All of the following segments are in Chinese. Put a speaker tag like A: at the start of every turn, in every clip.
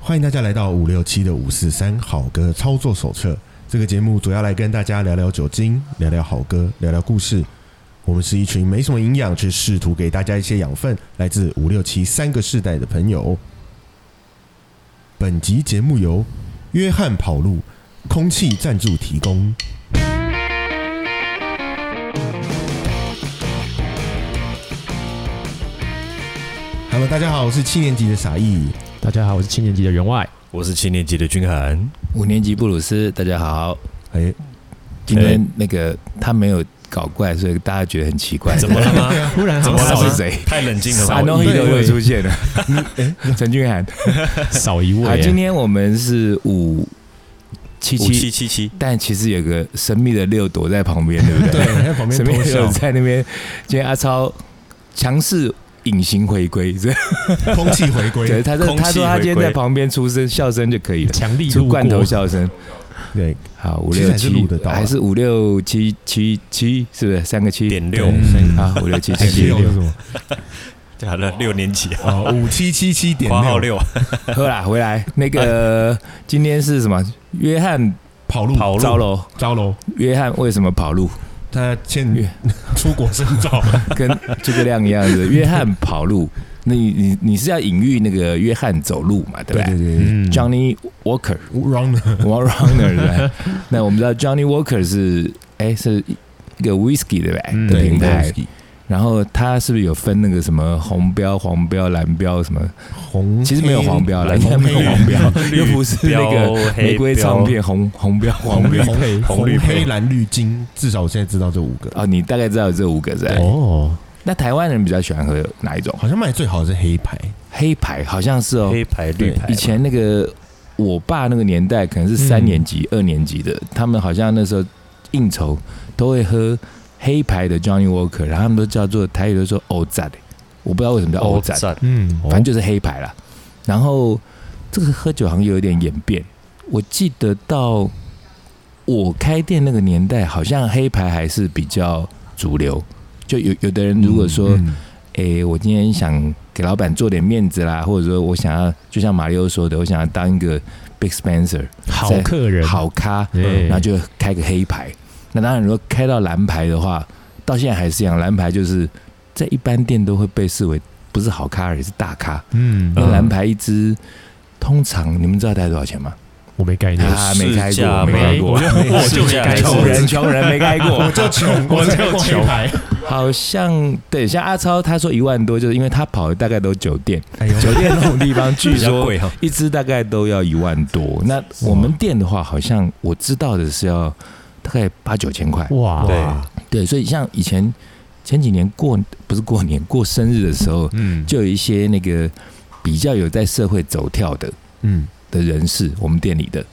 A: 欢迎大家来到五六七的五四三好歌操作手册。这个节目主要来跟大家聊聊酒精，聊聊好歌，聊聊故事。我们是一群没什么营养，却试图给大家一些养分，来自五六七三个世代的朋友。本集节目由约翰跑路空气赞助提供。Hello，大家好，我是七年级的傻义。
B: 大家好，我是七年级的员外。
C: 我是七年级的君涵，
D: 五年级布鲁斯，大家好。
A: 哎、
D: 今天那个他没有搞怪，所以大家觉得很奇怪。
C: 怎么了吗？哦
B: 忽然
C: 怎么
B: 好
C: 了
B: 像
C: 吗？
D: 是谁
C: 太冷静了吧
D: 阿
B: 少？
D: 东
B: 一
D: 一
B: 位
D: 又出现了， 陈俊涵。
B: 少一位
D: 啊，
B: 耶？
D: 今天我们是五七
C: 五七
D: 七，
C: 七七，
D: 但其实有个神秘的六躲在旁边， 对不
A: 对，
D: 对？
A: 还在旁边
D: 神秘
A: 偷
D: 的六
A: 笑，
D: 在那边。今天阿超强势隐形回归，这
A: 空气回
D: 对
A: 归。
D: 他说
C: 空气
D: 他说他今天
C: 回归
D: 在旁边出声笑声就可以了，
B: 哎强力
D: 出
B: 路过
D: 罐头笑声。
A: 对，
D: 好，五
A: 其实还是
D: 六
A: 录
D: 七
A: 得到啊
D: 还是五六七七七，是不是三个七？
C: 点六
A: 对，
D: 啊，五六七
B: 哎
A: 还
D: 七
A: 是
D: 七
A: 六，是什么？
C: 假的六年 级啊，
A: 哦，五七七七点
C: 花号
A: 六，
C: 六
D: 喝啦，回来。那 个今天是什么？约翰
A: 跑路，
C: 跑路
D: 招楼，
A: 招楼，
D: 约翰为什么跑路？
A: 他欠
D: 约
A: 出国深造，
D: 跟诸葛亮一 样是约翰跑路。那你你你是要隐喻那个约翰走路嘛？ 对不
A: 对
D: 对
A: 对
B: 嗯
D: ？Johnny Walker
A: 对，wrong 的
D: One Runner 对吧？哎那我们知道 Johnny Walker 是哎是一个 Whisky 对不
B: 嗯
D: 对？的品牌。
A: 对
D: 然后它是不是有分那个什么红标、黄标、蓝标什么？
A: 红
D: 其实没有黄标啦，
A: 蓝
D: 应该 没有黄标，又不是那个
C: 标黑
D: 玫瑰
C: 标
D: 唱片红红标、黄
A: 红
D: 标。
A: 红黑
C: 红绿
A: 红黑
C: 配
A: 蓝绿金，至少我现在知道这五个。
D: 哦，你大概知道有这五个是吧？
B: 哦，
D: 那台湾人比较喜欢喝哪一种？
A: 好像卖最好的是黑牌，
D: 黑牌好像是哦。
C: 黑牌绿牌嘛，嗯
D: 以前那个我爸那个年代，可能是三年级、二年级的，他们好像那时候应酬都会喝黑牌的 Johnny Walker，然后他们都叫做台语都说欧仔的，我不知道为什么叫欧
C: 欧
D: 仔，
C: 战
A: 嗯，
B: 哦
D: 反正就是黑牌啦。然后这个喝酒好像有一点演变，我记得到我开店那个年代，好像黑牌还是比较主流。就有有的人如果说，
A: 嗯
D: 诶、我今天想给老板做点面子啦，或者说我想要，就像马里奥说的，我想要当一个 Big Spencer
B: 好客人，
D: 好咖，
B: 哎，
D: 然后就开个黑牌。那当然，如果开到蓝牌的话，到现在还是一样，蓝牌就是在一般店都会被视为不是好咖而已，是大咖。
A: 嗯
D: 因为
B: 呃
C: 嗯
D: 蓝牌一支，通常你们知道大概多少钱吗？
B: 我没概 念，
D: 啊，没开
C: 市
D: 过，
C: 价
D: 没
C: 没
D: 开
B: 我
D: 过
B: 就，
C: 没
B: 我就没概
C: 我
D: 穷
C: 就
D: 人
B: 念，
D: 穷人没开过
A: 我，就穷，
B: 我就
A: 才逛
B: 穷
A: 黑牌，
D: 好像对，像阿超他说一万多，就是因为他跑的大概都酒店，
A: 哎呦，
D: 酒店那种地方，据
C: 比较
D: 说
C: 贵哦哈，
D: 一支大概都要一万多。那我们店的话，好像我知道的是要大概八九千块。
B: 哇，
C: 对，
D: 对，所以像以前前几年过不是过年过生日的时候，
A: 嗯
D: 就有一些那个比较有在社会走跳的
A: 嗯，
D: 的人士，我们店里的，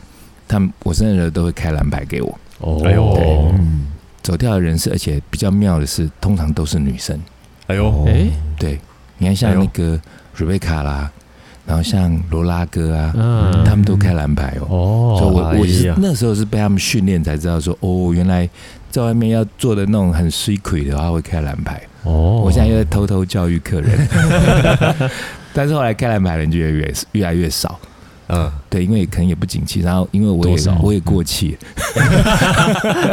D: 他们我生日的时候都会开蓝牌给我。
B: 哦，
C: 哎呦
B: 对
A: 嗯
D: 走跳的人士，而且比较妙的是，通常都是女生。
C: 哎呦，
B: 哎，
D: 对，你看
C: 哎
D: 像
C: 呦
D: 那个瑞贝卡啦，然后像罗拉哥啊，
B: 嗯，
D: 他们都开蓝牌哦。
B: 哦，
D: 所以我我
C: 哎
D: 是
C: 呀
D: 那时候是被他们训练才知道说，哦，原来在外面要做的那种很 secret 的话会开蓝牌。
B: 哦，
D: 我现在又在偷偷教育客人，但是后来开蓝牌的人就越来越越来越少。
C: 嗯，
D: 对，因为可能也不景气，然后因为我
B: 多
D: 也
B: 少
D: 我也过气了，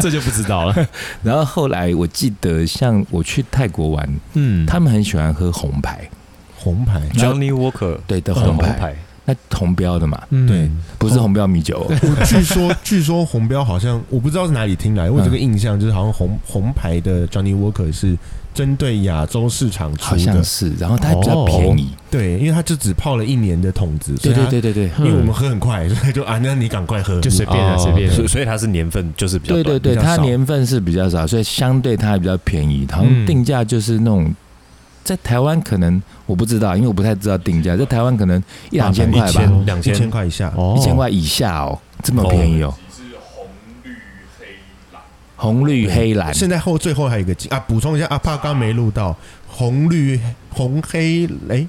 B: 这就不知 道了，
D: 然后后来我记得像我去泰国玩，
B: 嗯，
D: 他们很喜欢喝红牌，
A: 红牌，
C: ，Johnny Walker
D: 对的
C: 的
D: 红
C: 红
D: 牌，
C: 牌，
D: 那红标的嘛，
A: 对，
D: 不是红标米酒、哦，
A: 我据说， 据说红标好像我不知道是哪里听
D: 嗯
A: 来，我有这个印象就是好像红红牌的 Johnny Walker 是针对亚洲市场出
D: 好像
A: 的，
D: 是，然后它比较便宜，
A: 对，因为它就只泡了一年的桶子，所
D: 对
A: 以
D: 对
A: 它
D: 对对对。
B: 嗯
A: 因为我们喝很快， 所以就啊，那你赶快喝，
B: 就随便啊
C: 哦
B: 随便啊
C: 所以所以它是年份就是比较
D: 对对
C: 短，
D: 对，
A: 比较
D: 它
A: 少
D: 年份是比较少，所以相对它比较便宜。好
B: 嗯
D: 像定价就是那种，在台湾可能我不知道，因为我不太知道定价，在台湾可能一两千块
C: 一
D: 吧，
C: 千两
A: 啊一千
C: 千，
A: 块以下，
B: 哦，
D: 一千，块以下哦，这么便宜哦。红绿黑蓝，
A: 现在后最后还有一个金啊，补充一下，阿帕刚没录到红绿红黑哎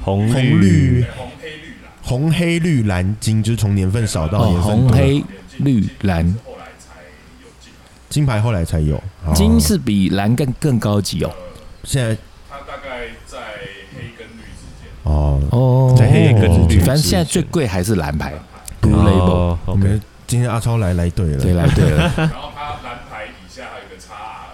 C: 红
A: 红绿红黑绿蓝金，就是从年份少到
D: 哦
A: 年份
D: 红
A: 多
D: 黑绿蓝，
A: 金牌后来才有，哦
D: 金是比蓝更更高级哦。
A: 现在
E: 它大概在黑跟绿之间。
A: 哦
D: 哦
A: 在黑人
C: 一个
B: 哦
C: 绿
D: 反正
C: 之
D: 现在最
C: 选
D: 贵还是蓝牌 Blue Label。
B: 哦
A: 我们
B: OK，
A: 今天阿超来来对了，
D: 对了对了，
E: 然后它蓝牌底下还有一个 x R 二，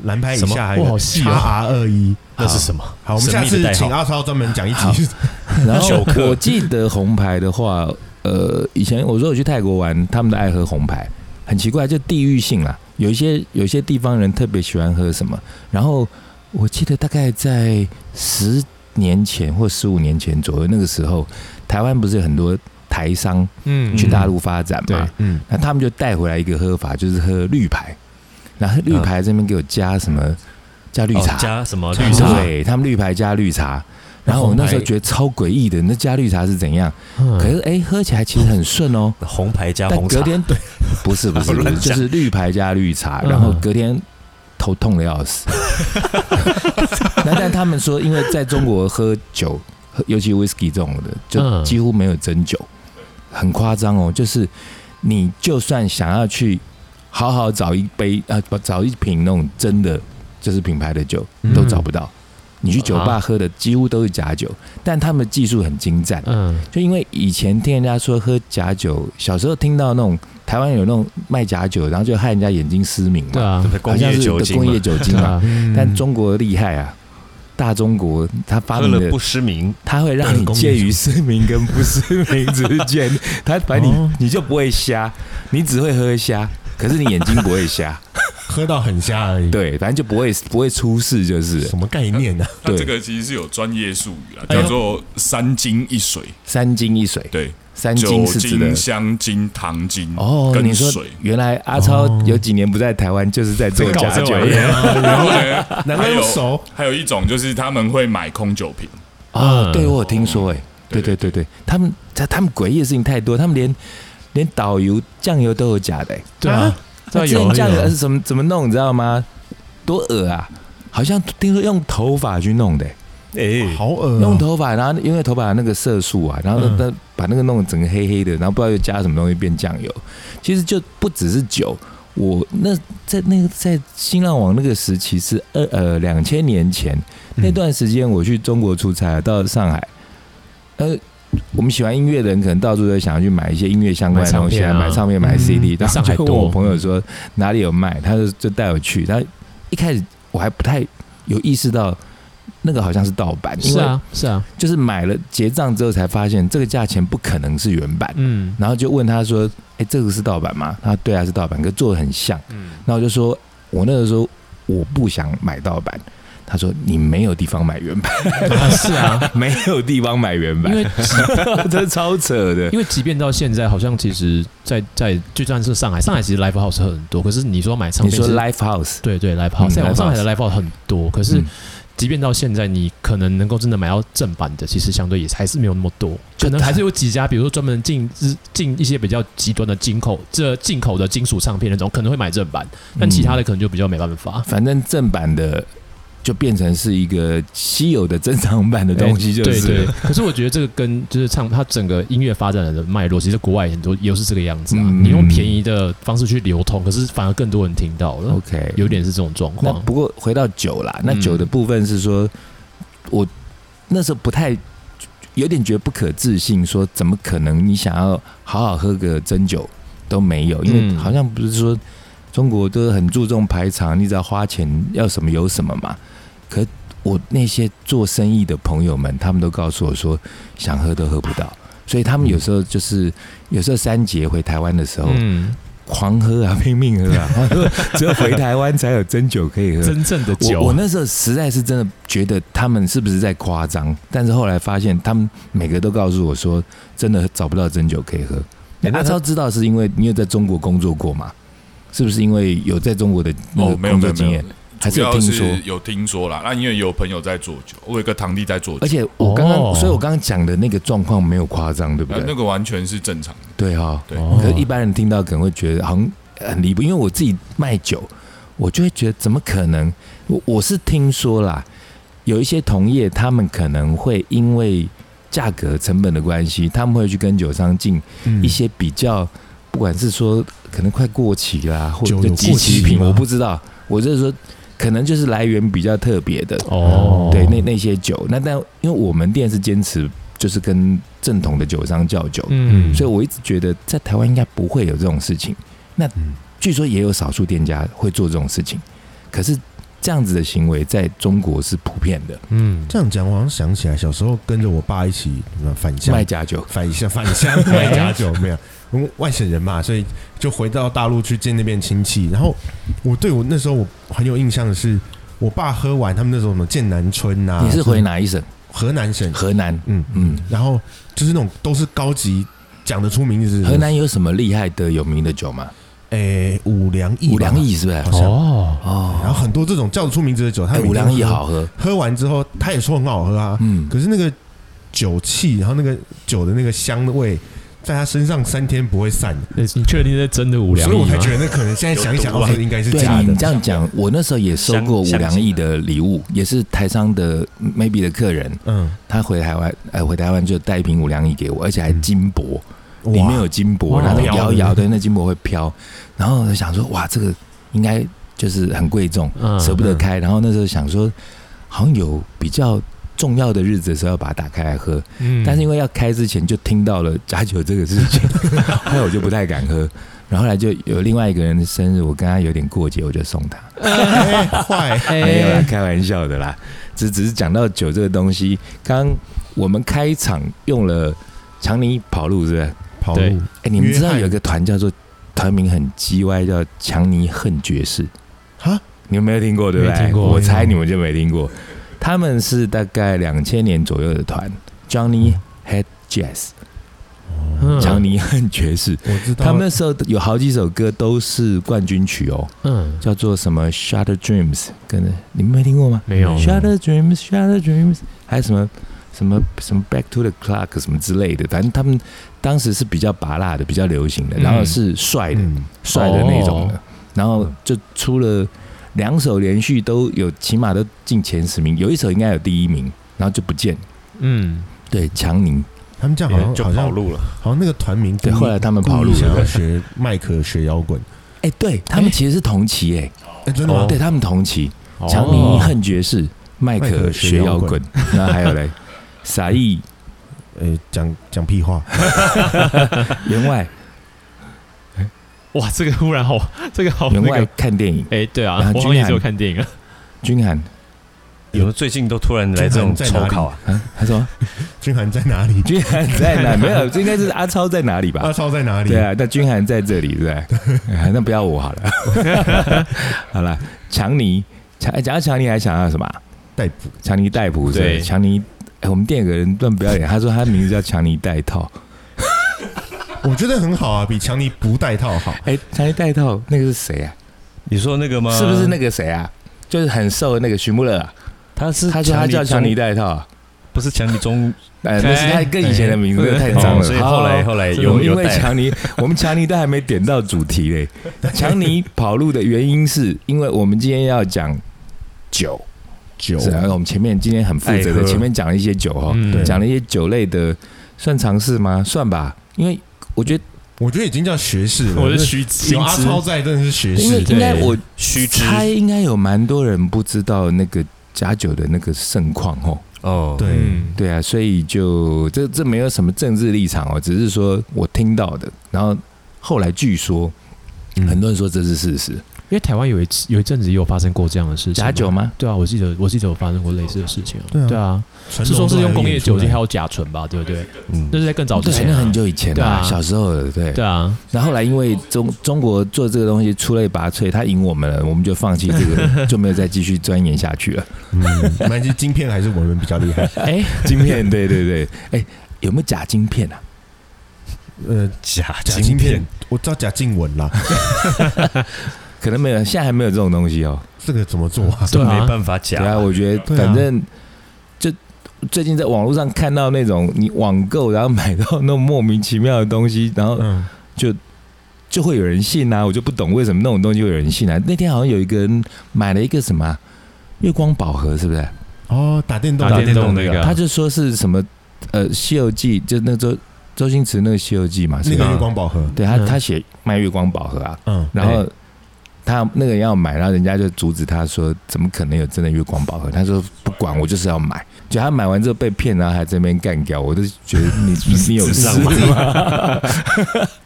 A: 蓝牌以
B: 什么
A: 下还有
B: 哇好细哦
A: R 二一，
C: 那是什么？
A: 好，我们下次请阿超专门讲一
D: 好
A: 集。
D: 然
C: 九
D: 后
C: 克
D: 我记得红牌的话，呃，以前我说我去泰国玩，他们都爱喝红牌，很奇怪，就地域性啦。有一些有一些地方人特别喜欢喝什么，然后我记得大概在十年前或十五年前左右，那个时候台湾不是有很多台商
B: 嗯
D: 去大陆发展嘛，
B: 对
A: 嗯，
D: 那他们就带回来一个喝法，就是喝绿牌，然后绿牌这边给我加什么加绿茶，
C: 哦加什么绿茶？
D: 对他们绿牌加绿茶。
B: 那
D: 然后我
B: 红
D: 那时候
B: 牌
D: 觉得超诡异的，那加绿茶是怎样？
B: 嗯
D: 可是哎、喝起来其实很顺哦。
C: 红牌加
D: 但
C: 红
D: 隔
C: 茶，
D: 天 不是不是
C: 我
D: 不
C: 乱
D: 是，就
C: 讲
D: 是绿牌加绿茶，
B: 嗯
D: 然后隔天头痛的要死。那但他们说，因为在中国喝酒，喝尤其 whisky 这种的，就
B: 嗯
D: 几乎没有针灸，很夸张哦。就是你就算想要去好好找一杯啊，不找一瓶那种真的就是品牌的酒，都找不到。你去酒吧
B: 啊
D: 喝的几乎都是假酒，但他们的技术很精湛，
B: 嗯
D: 就因为以前听人家说喝假酒，小时候听到那种台湾有那种卖假酒，然后就害人家眼睛失明
B: 对
D: 嘛，
B: 啊
C: 对不对工
D: 好像
C: 业
D: 是
C: 酒精
D: 工业
C: 嘛，
D: 酒精
B: 对
D: 嘛。
B: 啊，
A: 嗯
D: 但中国厉害啊，大中国他发
C: 喝
D: 明
C: 了
D: 的
C: 不，失明。
D: 他会让你介于失明跟不失明之间，他反正
A: 哦
D: 你你就不会瞎，你只会喝瞎，可是你眼睛不会瞎，
A: 喝到很瞎而已，
D: 对，反正就不会不会出事就是了
A: 什么概念呢？
E: 它
D: 对
E: 这个其实是有专业术语啦，
A: 哎呦
E: 叫做三精一水，
D: 三精一水，
E: 对，
D: 三
E: 酒
D: 精是指的
E: 精、香精、糖精
D: 哦，
E: 跟
D: 你说
E: 水。
D: 原来阿超有几年不在台湾，就是在做
B: 在搞
D: 假
B: 这
D: 酒
B: 玩意
D: 业
E: 然后呢，
A: 难怪那
E: 还
A: 么
E: 有
A: 熟
E: 还有一种就是他们会买空酒瓶，
D: 哦
B: 嗯，
D: 对我有听说哎，对
E: 对
D: 对对对，他们他他们诡异的事情太多，他们连连导游酱油都有假的哎，
B: 对啊，这
D: 那之
B: 有
D: 前酱油
B: 有
D: 是怎么怎么弄，你知道吗？多恶啊！好像听说用头发去弄的 哎，
C: 哎，
A: 好恶
D: 弄
A: 哦，
D: 头发，然后因为头发那个色素啊，然后
B: 嗯
D: 那那把那个弄得整个黑黑的，然后不知道又加什么东西变酱油。其实就不只是酒，我那在那个在新浪网那个时期是二呃两千年前
B: 嗯
D: 那段时间，我去中国出差到上海，呃。我们喜欢音乐的人，可能到处都想要去买一些音乐相关的东西啊，
B: 买
D: 买
B: 唱
D: 唱片、买
B: 嗯
D: CD。然后
B: 上海
D: 就问我
B: 多
D: 朋友说哪里有卖，他就就带我去。他一开始我还不太有意识到那个好像是盗版，因
B: 是
D: 为
B: 啊是啊，
D: 就是买了结账之后才发现这个价钱不可能是原版，
B: 嗯
D: 然后就问他说：“哎、这个是盗版吗？”他说：“对啊，是盗版，可是做的很像。”
B: 嗯
D: 那我就说：“我那个时候我不想买盗版。”他说：“你没有地方买原版，
B: 啊 是啊，
D: 没有地方买原
B: 因
D: 版，
B: 为
D: 这超扯的。
B: 因为即便到现在，好像其实在在就算是上海，上海其实 live house 很多，可是你说买”唱
D: 你
B: 片
D: 说
B: 是
D: Live House
B: 对对 live house，
D: 嗯
B: 在网
D: live 嗯
B: 上海的 live house 很多，可是
D: 是、
B: 即便到现在，你可能能够真的买到正版的，其实相对也还是没有那么多，可能还是有几家，比如说专门进日进一些比较极端的进口这进口的金属唱片那种，可能会买正版，但其
D: 嗯
B: 他的可能就比较没办法。
D: 反正正版的就变成是一个稀有的珍藏版的东西，就是、
B: 对哎对， 可是我觉得这个跟就是唱它整个音乐发展的脉络，其实国外很多也是这个样子啊。
D: 嗯
B: 你用便宜的方式去流通，可是反而更多人听到了，
D: OK
B: 有点是这种状
D: 那
B: 况。
D: 不过回到酒啦，那
B: 嗯
D: 酒的部分是说，我那时候不太有点觉得不可置信，说怎么可能你想要好好喝个真酒都没有？因为
B: 嗯
D: 好像不是说中国都很注重排场，你只要花钱要什么有什么嘛。可我那些做生意的朋友们，他们都告诉我说，想喝都喝不到。所以他们有时候就是，有时候三节回台湾的时候，
B: 嗯，
D: 狂喝啊， 拼命喝啊，只有回台湾才有真酒可以喝。
B: 真正的酒，
D: 我我那时候实在是真的觉得他们是不是在夸张，但是后来发现他们每个都告诉我说，真的找不到真酒可以喝。
B: 哎那
D: 阿
B: 他
D: 超知道是因为你有在中国工作过嘛？是不是因为有在中国的那
E: 哦，
D: 个
E: 没有
D: 工
E: 没
D: 作
E: 有
D: 经
E: 没
D: 验
E: 有，，
D: 还是
E: 主
D: 有
E: 要
D: 听说？
E: 是有听说啦。那啊因为有朋友在做酒，我有一个堂弟在做
D: 而
E: 酒，
D: 且我刚刚，
B: 哦
D: 所以我刚刚讲的那个状况没有夸张，对不
E: 那啊呃那
D: 对？
E: 个完全是正常的。
D: 对哈、
E: 对
B: 哦
D: 可是一般人听到可能会觉得好像很离谱，因为我自己卖酒，我就会觉得怎么可能？我我是听说啦，有一些同业他们可能会因为价格成本的关系，他们会去跟酒商进
A: 嗯
D: 一些比较，不管是说可能快过期啦，或者
A: 酒有
D: 即
A: 过
D: 期
A: 期
D: 品，
A: 吗
D: 我不知道，我就是说可能就是来源比较特别的，
B: 哦，
D: 对，那那些酒，那但因为我们店是坚持就是跟正统的酒商叫酒，
B: 嗯，
D: 所以我一直觉得在台湾应该不会有这种事情。那
A: 嗯
D: 据说也有少数店家会做这种事情，可是这样子的行为在中国是普遍的，
B: 嗯，
A: 这样讲，我好像想起来，小时候跟着我爸一起呃返乡
D: 卖假酒。
A: 返乡返 乡卖假酒没有，我们外省人嘛，所以就回到大陆去见那边亲戚。然后我对我那时候我很有印象的是，我爸喝完他们那种什么剑南春啊，
D: 你是回哪一省？
A: 河南省，
D: 河南。
A: 嗯，
D: 嗯，
A: 然后就是那种都是高级讲得出名字，
D: 河南有什么厉害的、有名的酒吗？
A: 诶五粮液吧，
D: 五粮液是不是？
A: 好像，
B: 哦，
A: 然
D: 哦，
A: 后很多这种叫得出名字的酒，他
D: 哎，
A: 每天
D: 五粮液
A: 喝，
D: 好喝。
A: 喝完之后他也说很好喝啊，
D: 嗯，
A: 可是那个酒气，然后那个酒的那个香味，在他身上三天不会散，
B: 你你确定是真的无良
A: 所
B: 意
A: 以
B: 吗？
A: 我才觉得那可能现在想一想，
E: 有毒啊
A: 哦应该是
D: 对
A: 假的
D: 你。这样讲，我那时候也收过五
C: 相
D: 粮液的礼物，也是台商的 maybe 的客人，
A: 嗯，
D: 他回台湾，哎，回台湾就带一瓶五粮液给我，而且
A: 嗯
D: 还金箔，
A: 哇
D: 里面有金箔，
B: 哇
D: 然后
A: 飘
D: 摇
A: 的
D: 一摇，对，那金箔会飘。然后我就想说，哇，这个应该就是很贵重，
B: 嗯
D: 舍不得开。然后那时候想说，好像有比较重要的日子的时候要把它打开来喝，
B: 嗯
D: 但是因为要开之前就听到了 假酒这个事情，后来我就不太敢喝。然后后来就有另外一个人的生日，我跟他有点过节，我就送他。啊
A: 哎坏，
D: 没有啦，
B: 哎，
D: 开玩笑的啦，只只是讲到酒这个东西。刚刚我们开场用了强尼跑路，是不是？
A: 跑
B: 对
A: 路
D: 哎、你们知
A: 约
D: 道
A: 翰
D: 有一个团叫做团名很鸡歪，叫强尼恨爵士
A: 哈？
D: 你们没有听过对不
B: 没
D: 对？
B: 听过
D: 我猜你们就没听过。他们是大概两千年左右的团，Johnny Head Jazz，
B: 嗯
D: 强尼恨爵士。
A: 我知道
D: 他们那时候有好几首歌都是冠军曲哦，
B: 嗯，
D: 叫做什么 Shutter Dreams，跟你们没听过吗？
B: 没有，
D: Shutter Dreams, Shutter Dreams，还有什么什么什么 Back to the Clock 什么之类的，反正他们当时是比较拔辣的，比较流行的，
B: 嗯
D: 然后是帅的、
A: 嗯，
D: 帅的那种的，
B: 哦
D: 然后就出了两首连续都有，起码都进前十名，有一首应该有第一名，然后就不见。
B: 嗯，
D: 对，强尼，
A: 他们这样
D: 哎
A: 好像
C: 就
A: 好
C: 跑
A: 像
C: 路了。
A: 好像那个团名
D: 对，
A: 故意
D: 后来他们跑
A: 故
D: 路
A: 意想要
D: 了。
A: 学麦克学摇滚，
D: 哎、对他们其实是同期哎、
A: 哎，真的吗？
D: 对他们同期，
B: 哦
D: 强尼恨爵士，麦
A: 麦
D: 克
A: 克
D: 学
A: 学
D: 摇
A: 摇
D: 滚
A: 滚，
D: 然后还有 嘞，撒意
A: 哎，讲讲屁话，
D: 员外，
B: 哇，这个忽然好， 这个好
D: 员
B: 那
D: 外
B: 个，
D: 看电影。
B: 哎，对啊
D: 然后，
B: 我
D: 君
B: 好像也只有
D: 涵
B: 看电影啊，
D: 君涵，
C: 有的最近都突然来这种抽考啊，
D: 啊，他说
A: 君涵在哪里？
D: 君涵在 哪？没有，这应该是阿超在哪里
A: 阿
D: 吧？
A: 超在哪里？
D: 对啊，那君涵在这里，对 不对？哎那不要我好了，好了， 强尼，强哎讲到强尼还想到什么啊？
A: 逮捕
D: 强尼戴普是不是
B: 对
D: 强尼，哎我们店有个人乱不要脸，他说他名字叫强尼戴套，
A: 我觉得很好啊，比强尼不戴套好。
D: 哎，强尼戴套那个是谁啊？
C: 你说那个吗？
D: 是不是那个谁啊？就是很瘦的那个徐穆勒啊，
C: 他是
D: 他说他叫强尼，戴套啊，
C: 不是强尼中，
D: 哎，那是他跟以前的名字那个太脏
C: 哦
D: 了，
C: 所以后来后来
D: 我
C: 有
D: 们因
C: 有
D: 为
C: 带
D: 强尼，我们强尼都还没点到主题嘞。强尼跑路的原因是因为我们今天要讲酒，
A: 酒
D: 是啊，我们前面今天很负责
C: 爱喝
D: 的，前面讲了一些酒哈，
B: 嗯，
D: 讲了一些酒类的，算尝试吗？算吧，因为我觉得
A: 我觉得已经叫学士了。
B: 我是
A: 那
B: 虚
A: 有阿
B: 心知
A: 超在，真的是学
D: 应该
A: 士。
D: 应该
B: 对
D: 我
C: 须知
D: 猜应该有蛮多人不知道那个假酒的那个盛况哦。
C: 哦，
A: 对，
B: 嗯，
D: 对啊，所以就这这没有什么政治立场哦，只是说我听到的，然后后来据说
A: 嗯
D: 很多人说这是事实，
B: 因为台湾有一次有一阵子也有发生过这样的事情，
D: 假酒？吗？
B: 对啊，我记得我记得有发生过类似的事情啊，
A: 对啊
B: 对啊，
A: 传
B: 是
A: 统
B: 说是
A: 都还
B: 用
A: 有
B: 工业
A: 演出
B: 酒精
A: 来
B: 还有甲醇吧，对不对？
C: 嗯
B: 那，是在更早之
D: 对，
B: 前
D: 那
B: 啊，
D: 很久以前了、
B: 对啊
D: 小时候的对。
B: 对啊，
D: 然后后来因为中中国做这个东西出类拔萃，他赢我们了，我们就放弃这 个，就没有再继续钻研下去了。
A: 嗯，蛮是晶片还是我们比较厉 害？
B: 哎，
D: 晶片，对对对，哎、有没有假晶片啊？
A: 呃，
C: 假
A: 假晶片，我知道假静文啦，
D: 可能没有，现在还没有这种东西哦。
A: 这个怎么做啊？
B: 对啊
C: 没办法假
D: 对 啊，我觉得
A: 对啊
D: 反正就最近在网络上看到那种你网购然后买到那种莫名其妙的东西，然后
A: 嗯，
D: 就会有人信啊，我就不懂为什么那种东西会有人信啊。那天好像有一个人买了一个什么啊、月光宝盒，是不是？
A: 哦，打电动，
B: 打电动
A: 动
B: 那个
D: 他就说是什么呃《西游记》，就那周周星驰那个《西游记》嘛，是嗯
A: 那
D: 吧？
A: 个月光宝盒，
D: 对他
B: 嗯
D: 他写卖月光宝盒啊，
A: 嗯，
D: 然后他那个要买，然后人家就阻止他说，怎么可能有真的月光宝盒？他说不管，我就是要买。就他买完之后被骗，啊然后还在那边干掉，我都觉得你你你有
C: 智
D: 事
C: 障吗？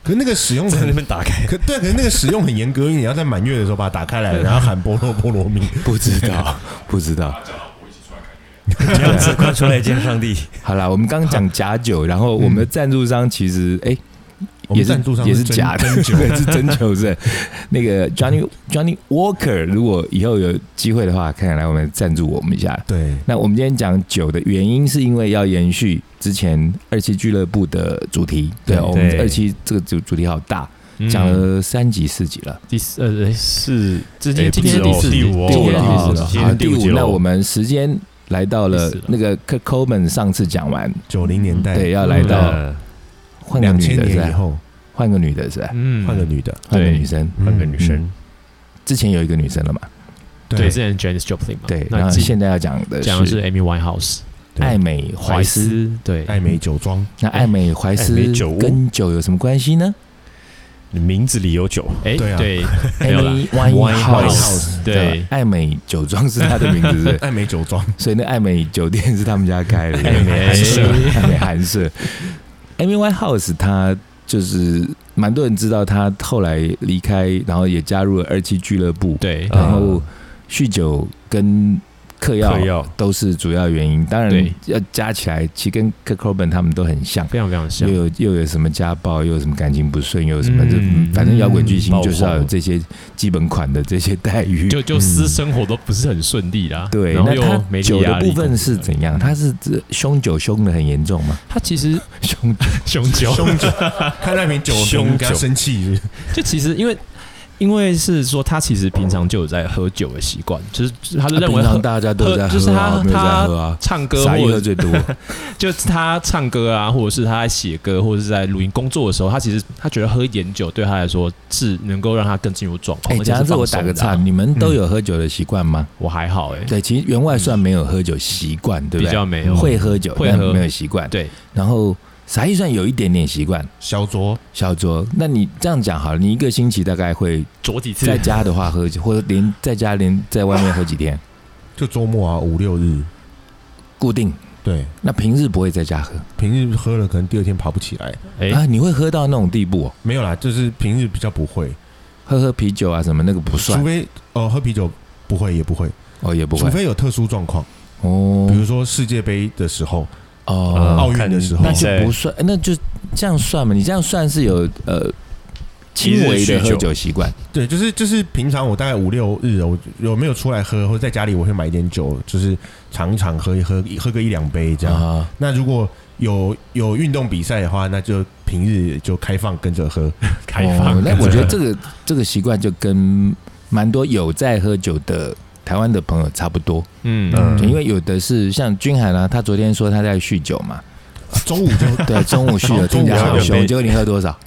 A: 可是那个使用
C: 在那
A: 很，
C: 边打开，
A: 可对，可是那个使用很严格，因为你要在满月的时候把它打开来，然后喊菠萝菠萝蜜。
D: 不知 道，不知道。
C: 这样子快出来见上帝。
D: 好啦，我们刚刚讲假酒，然后我们的赞助商其实哎、
A: 我们
D: 也是
A: 赞助商
D: 也是
A: 真
D: 假的，
A: 真酒，
D: 对，是真酒是。那个 Johnny Johnny Walker，如果以后有机会的话，看来我们赞助我们一下。
A: 对，
D: 那我们今天讲酒的原因，是因为要延续之前二期俱乐部的主题。对，
A: 对
D: 我们
C: 对
D: 二期这个主主题好大，
B: 嗯
D: 讲了三集四集了，
B: 第四呃四，今天
C: 哎
B: 今
C: 不止
B: 天第
C: 哦
B: 四
C: 第五哦
B: 今
C: 五
B: 天第
C: 了啊
B: 四
C: 了
B: 了。
C: 今
D: 好
C: 天
D: 第
C: 第五集
D: 五。
C: 了
D: 那我们时间来到了
B: 第四了
D: 那个 Kurt Coleman 上次讲完，
A: 九零年代，
D: 对，要来
B: 嗯
D: 到
C: 呃
D: 换个
A: 哎嗯两
D: 女
A: 千
D: 的是
A: 年以
D: 吧？
A: 后
D: 换个女的是吧？
B: 嗯
A: 换个女的，
D: 换个
B: 对
D: 女生，
A: 嗯
C: 换个女生，
D: 之前有一个女生了嘛？
B: 对，
A: 对
B: 之，前 Janis Joplin 嘛，
D: 对，然
B: 那
D: 后
B: 今
D: 现在要讲的
B: 讲的
D: 是
B: 是 Amy Winehouse
A: 对
D: 艾美怀
B: 怀
D: 斯。
B: 斯，对，
A: 艾美酒庄，
D: 那艾美怀斯
C: 艾美酒屋
D: 跟酒有什么关系呢？
C: 名字里有酒，
B: 哎
A: 对啊
B: 对，
D: 艾
B: 没有啦
D: 美
B: Winehouse，
D: Winehouse，
B: 对
D: 艾美酒庄是他的名字，是 不是
A: 艾美酒庄，
D: 所以那艾美酒店是他们家开的，
C: 艾
B: 哎
C: 美韩舍
D: 艾美韩哎舍。艾美 Winehouse 他就是蛮多人知道，他后来离开，然后也加入了二期俱乐部，
B: 对
C: 呃
D: 然后酗酒跟嗑药
C: 嗑药
D: 都是主要原因。当然
B: 对
D: 要加起来，其实跟 k c o b a n 他们都很像。
B: 非常非常像
D: 又，有又有什么家暴，又有什么感情不顺，又有什么
B: 嗯
D: 这，反正摇滚巨星
C: 爆
D: 就是要有
C: 红
D: 这些基本款的这些待遇。
B: 就就私生活都不是很顺利啦。
D: 嗯对，
B: 然后
D: 那
B: 又
D: 他
B: 没
D: 酒的部分是
B: 怎？
D: 怎样？他是这凶酒凶的很严重吗？
B: 啊他其实
D: 凶酒
B: 凶酒，
A: 凶酒，看那瓶酒
C: 凶
A: 瓶，给他
C: 酒
A: 生气是不是，
B: 就其实因为因为是说他其实平常就有在喝酒的习惯，就是他就认为
D: 平常
B: 喝
D: 大家都有在喝啊，
B: 就是他
D: 没有在喝啊，
B: 唱歌
D: 傻一
B: 或
D: 喝
B: 者
D: 最多。哎
B: 就是他唱歌啊，或者是他在写歌，或者是在录音工作的时候，他其实他觉得喝一点酒对他来说是能够让他更进入状况。
D: 哎，
B: 而且
D: 讲
B: 哦是
D: 到这
B: 放
D: 我打
B: 松
D: 个
B: 的啊
D: 岔，你们都有喝酒的习惯吗？
B: 我还好哎，
D: 对，其实员外算没有喝酒习惯，对
B: 比
D: 不
B: 较
D: 对？
B: 没有
D: 会喝酒，
B: 会
D: 但
B: 喝
D: 没有习惯。
B: 对，
D: 然后傻一算有一点点习惯。
A: 小酌
D: 小卓，那你这样讲好了，你一个星期大概会
B: 酌几次
D: 在家的话喝，或者连在家连在外面喝几天？
A: 就周末啊，五六日，
D: 固定。
A: 对，
D: 那平日不会在家喝
A: 平日喝了可能第二天爬不起来，
B: 哎
D: 啊？你会喝到那种地步、哦？
A: 没有啦，就是平日比较不会，
D: 喝喝啤酒啊什么那个不
A: 除
D: 算
A: 非哦喝啤酒不会也不会，
D: 哦，也不
A: 除
D: 会
A: 非有特殊状况，比
D: 哦
A: 如说世界杯的时候、
C: 嗯
D: 哦，
A: 奥运的时候
D: 那，就
C: 对
D: 不算，那就这样算嘛？你这样算是有呃
C: 一
D: 轻
C: 日
D: 微的
C: 酗
D: 喝
C: 酒
D: 酒习惯
A: 对，就是就是平常我大概五六日，哦我有没有出来喝，或者在家里我会买一点酒，就是常常喝一喝，喝个一两杯这样。
D: 啊？
A: 那如果有有运动比赛的话，那就平日就开放跟着喝。
C: 开放
D: 哦。那我觉得这个这个习惯就跟蛮多有在喝酒的台湾的朋友差不多，
B: 嗯
A: 嗯
D: 就因为有的是像君涵啊，他昨天说他在酗酒嘛，
A: 中午 就
D: 对，中午酗酒
A: 哦
D: 听起来好
C: 中午有
D: 凶，
C: 点
D: 结果你喝多少？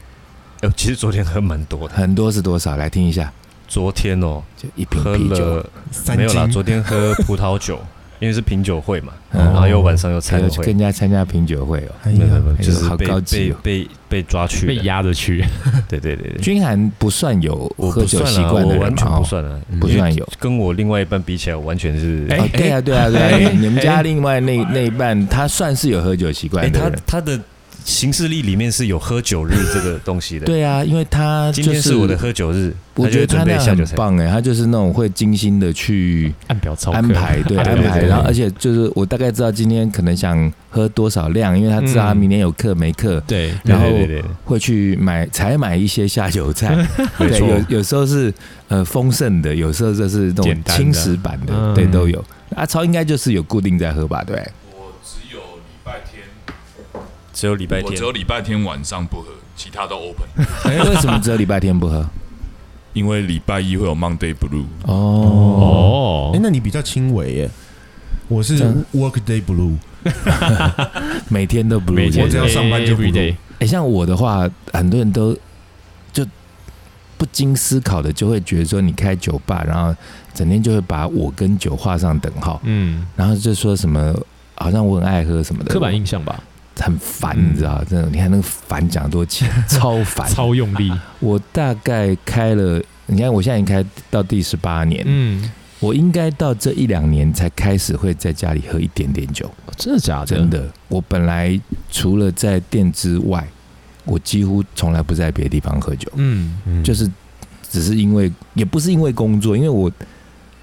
C: 哎其实昨天喝蛮多的，
D: 很多是多少？来听一下，
C: 昨天哦
D: 就一瓶
C: 喝
D: 啤酒，
C: 了
A: 三
C: 没有啦，
A: 斤
C: 昨天喝葡萄酒， 因为是品酒会嘛，
D: 嗯
C: 然后又晚上又
D: 还
C: 餐
D: 有去
C: 会
D: 跟，人家参加品酒会哦。
A: 哎
C: 没有没
A: 呀
C: 有没有，
D: 哎呦
C: 就是
D: 好
C: 被
D: 高级
C: 被
D: 哦
C: 被被抓去
B: 被
C: 了，
B: 压着去，
C: 对对对对，
D: 君涵不算有
C: 我
D: 喝
C: 不
D: 酒
C: 算
D: 习
C: 啊，
D: 惯的
C: 我
D: 人
C: 完全
D: 嘛，
C: 不
D: 哦
C: 算啊，
D: 不算有。
C: 跟我另外一半比起来，我完全是
B: 哎
D: 哦，对啊，对啊，对啊，
B: 哎
D: 你们家
B: 哎
D: 另外那那一半，他算是有喝酒习
C: 哎，
D: 惯的
C: 他
D: 人。
C: 他的行事历里面是有喝酒日这个东西的。，
D: 对啊，因为他
C: 今
D: 就
C: 天是我的，喝酒日，
D: 我
C: 他就
D: 觉
C: 会
D: 得他
C: 准
D: 那
C: 备
D: 样
C: 下酒
D: 很
C: 菜。
D: 棒哎，他就是那种会精心的去
B: 按表操课
D: 安排，
B: 对
D: 对安
B: 对
D: 排，
B: 对
D: 然后而且就是我大概知道今天可能想喝多少量，因为他知道他
B: 嗯
D: 明天有课没课，
B: 对
C: 对
D: 然后
C: 对对对
D: 会去买采买一些下酒 菜，
C: 没
D: 对，
C: 错
D: 有有时候是呃丰盛的，有时候就是那种
C: 简单的
D: 轻食版的，
B: 嗯
D: 对，都有。阿超应该就是有固定在喝吧，对，
E: 我只有礼拜天，
C: 只有礼拜
E: 我
C: 天
E: 只有礼拜天晚上不喝，其他都 open。
B: 哎
D: 为什么只有礼拜天不喝？
E: 因为礼拜一会有 Monday Blue，
D: 哦，
A: 哎、
B: 哦，
A: 那你比较轻微耶。我是
D: 这样
A: workday blue，
D: 每天都不如
B: 每天
A: 我只要上班就不
B: every day
D: 哎，像我的话，很多人都就不经思考的就会觉得说，你开酒吧，然后整天就会把我跟酒画上等号，
B: 嗯，
D: 然后就说什么好像我很爱喝什么的，
B: 刻板印象吧，
D: 很烦，
B: 嗯
D: 你知道？这种你看那个烦讲多起，超烦，
B: 超用力，
D: 我大概开了，你看我现在已经开到第十八年，
B: 嗯，
D: 我应该到这一两年才开始会在家里喝一点点酒。
B: 真的假的？
D: 真的，我本来除了在店之外，我几乎从来不在别的地方喝酒，
B: 嗯，
A: 嗯
D: 就是只是因为也不是因为工作，因为我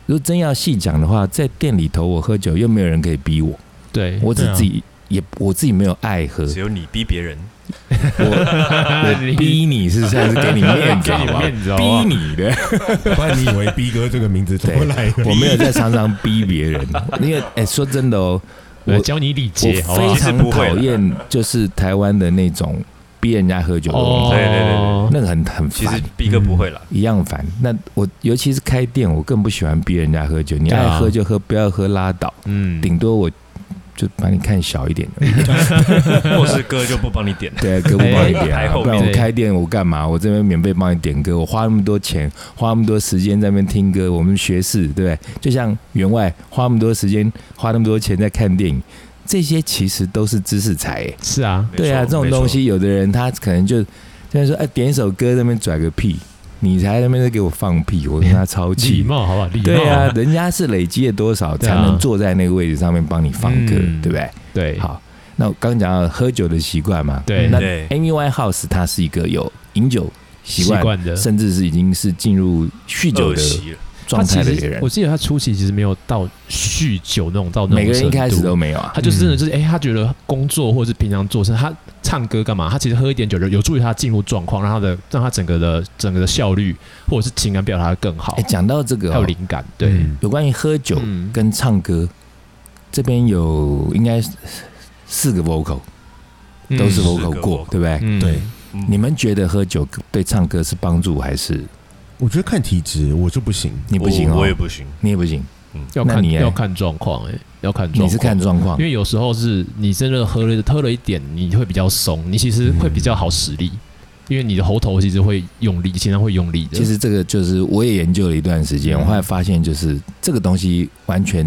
D: 如果真要细讲的话，在店里头我喝酒又没有人可以逼我，
B: 嗯对，
D: 我只
A: 对啊
D: 自己、也我自己没有爱喝，
C: 只有你逼别人，
D: 我我逼你是算是给你面 子
B: 啊给
D: 好
B: 你
D: 不好？
B: 面子好不哦好
D: 逼你的，
A: 不然你以为逼哥这个名字怎么来的？
D: 我没有在常常逼别 人，因为哎、说真的哦，我
B: 我教你礼
D: 我
B: 节，好不好
D: 非常讨厌就是台湾的那种逼人家喝酒的
B: 哦
D: 文化，
C: 对对对
D: 那个很很
C: 其
D: 烦
C: 实。逼哥不会 啦，
D: 一样烦。那我尤其是开店，我更不喜欢逼人家喝酒。你
B: 对啊
D: 爱喝就喝，不要喝拉倒。
B: 嗯，
D: 顶多我就把你看小一点，。
C: 或是哥就不帮你 点
D: 对，哥不帮你点
C: 哎
D: 啊，
C: 后面
D: 不然我
B: 对
D: 开店我干嘛？我这边免费帮你点歌，我花那么多钱，花那么多时间在那边听歌，我们学士对不对？就像员外花那么多时间，花那么多钱在看电影，这些其实都是知识财、欸。
B: 是啊，
C: 没错
D: 对啊，这种东，西有的人他可能就就是说，哎、点一首歌在那边拽个屁，你才在那边在给我放屁，我跟他超
B: 礼
D: 气。
B: 貌好不好？礼貌，
D: 对啊，，人家是累积了多少
B: 对
D: 才
B: 啊
D: 能坐在那个位置上面帮你放歌，
B: 嗯
D: 对不对？
B: 对，
D: 好，那我刚讲到喝酒的习惯嘛，
B: 对
D: 那 E
C: 对
D: Amy Winehouse 她是一个有饮酒习
B: 习
D: 惯，
B: 惯的。
D: 甚至是已经是进入酗
C: 没错
D: 酒
C: 恶
D: 的
C: 习了，
B: 他
D: 状
B: 其
D: 态的
B: 实
D: 人
B: 我，记得他初期其实没有到酗酒那种到那种
D: 每个人一开始
B: 程度
D: 都没有啊
B: 他。就是真的就是，哎、他觉得工作或者是平常做事，他唱歌干嘛？他其实喝一点酒有有助于他进入状况，让他的让他整个的整个的效率或者是情感表达得更好，
D: 哎，讲到这个、
B: 还有
D: 哦，
B: 灵感。对，
A: 嗯
D: 有关于喝酒
B: 嗯
D: 跟唱歌，这边有应该是四个 vocal 都是
C: 嗯
D: vocal
C: 四个
D: 过
C: vocal，
D: 对不对？
B: 嗯
A: 对，
C: 嗯
D: 你们觉得喝酒对唱歌是帮助还是
A: 我觉得看体质，我就不行。
D: 你不行
C: 我
D: 哦
C: 我？也不行，
D: 你也不行，
B: 要
D: 那
B: 看
D: 你哎
B: 要看状况，哎，要看状况。
D: 你是看状况
B: 因。为有时候是你真的喝了喝了一点，你会比较松，你其实会比较好使力，
D: 嗯
B: 因为你的喉头其实会用力，经常会用力的。
D: 其实这个就是我也研究了一段时间，
B: 嗯
D: 我后来发现就是这个东西完全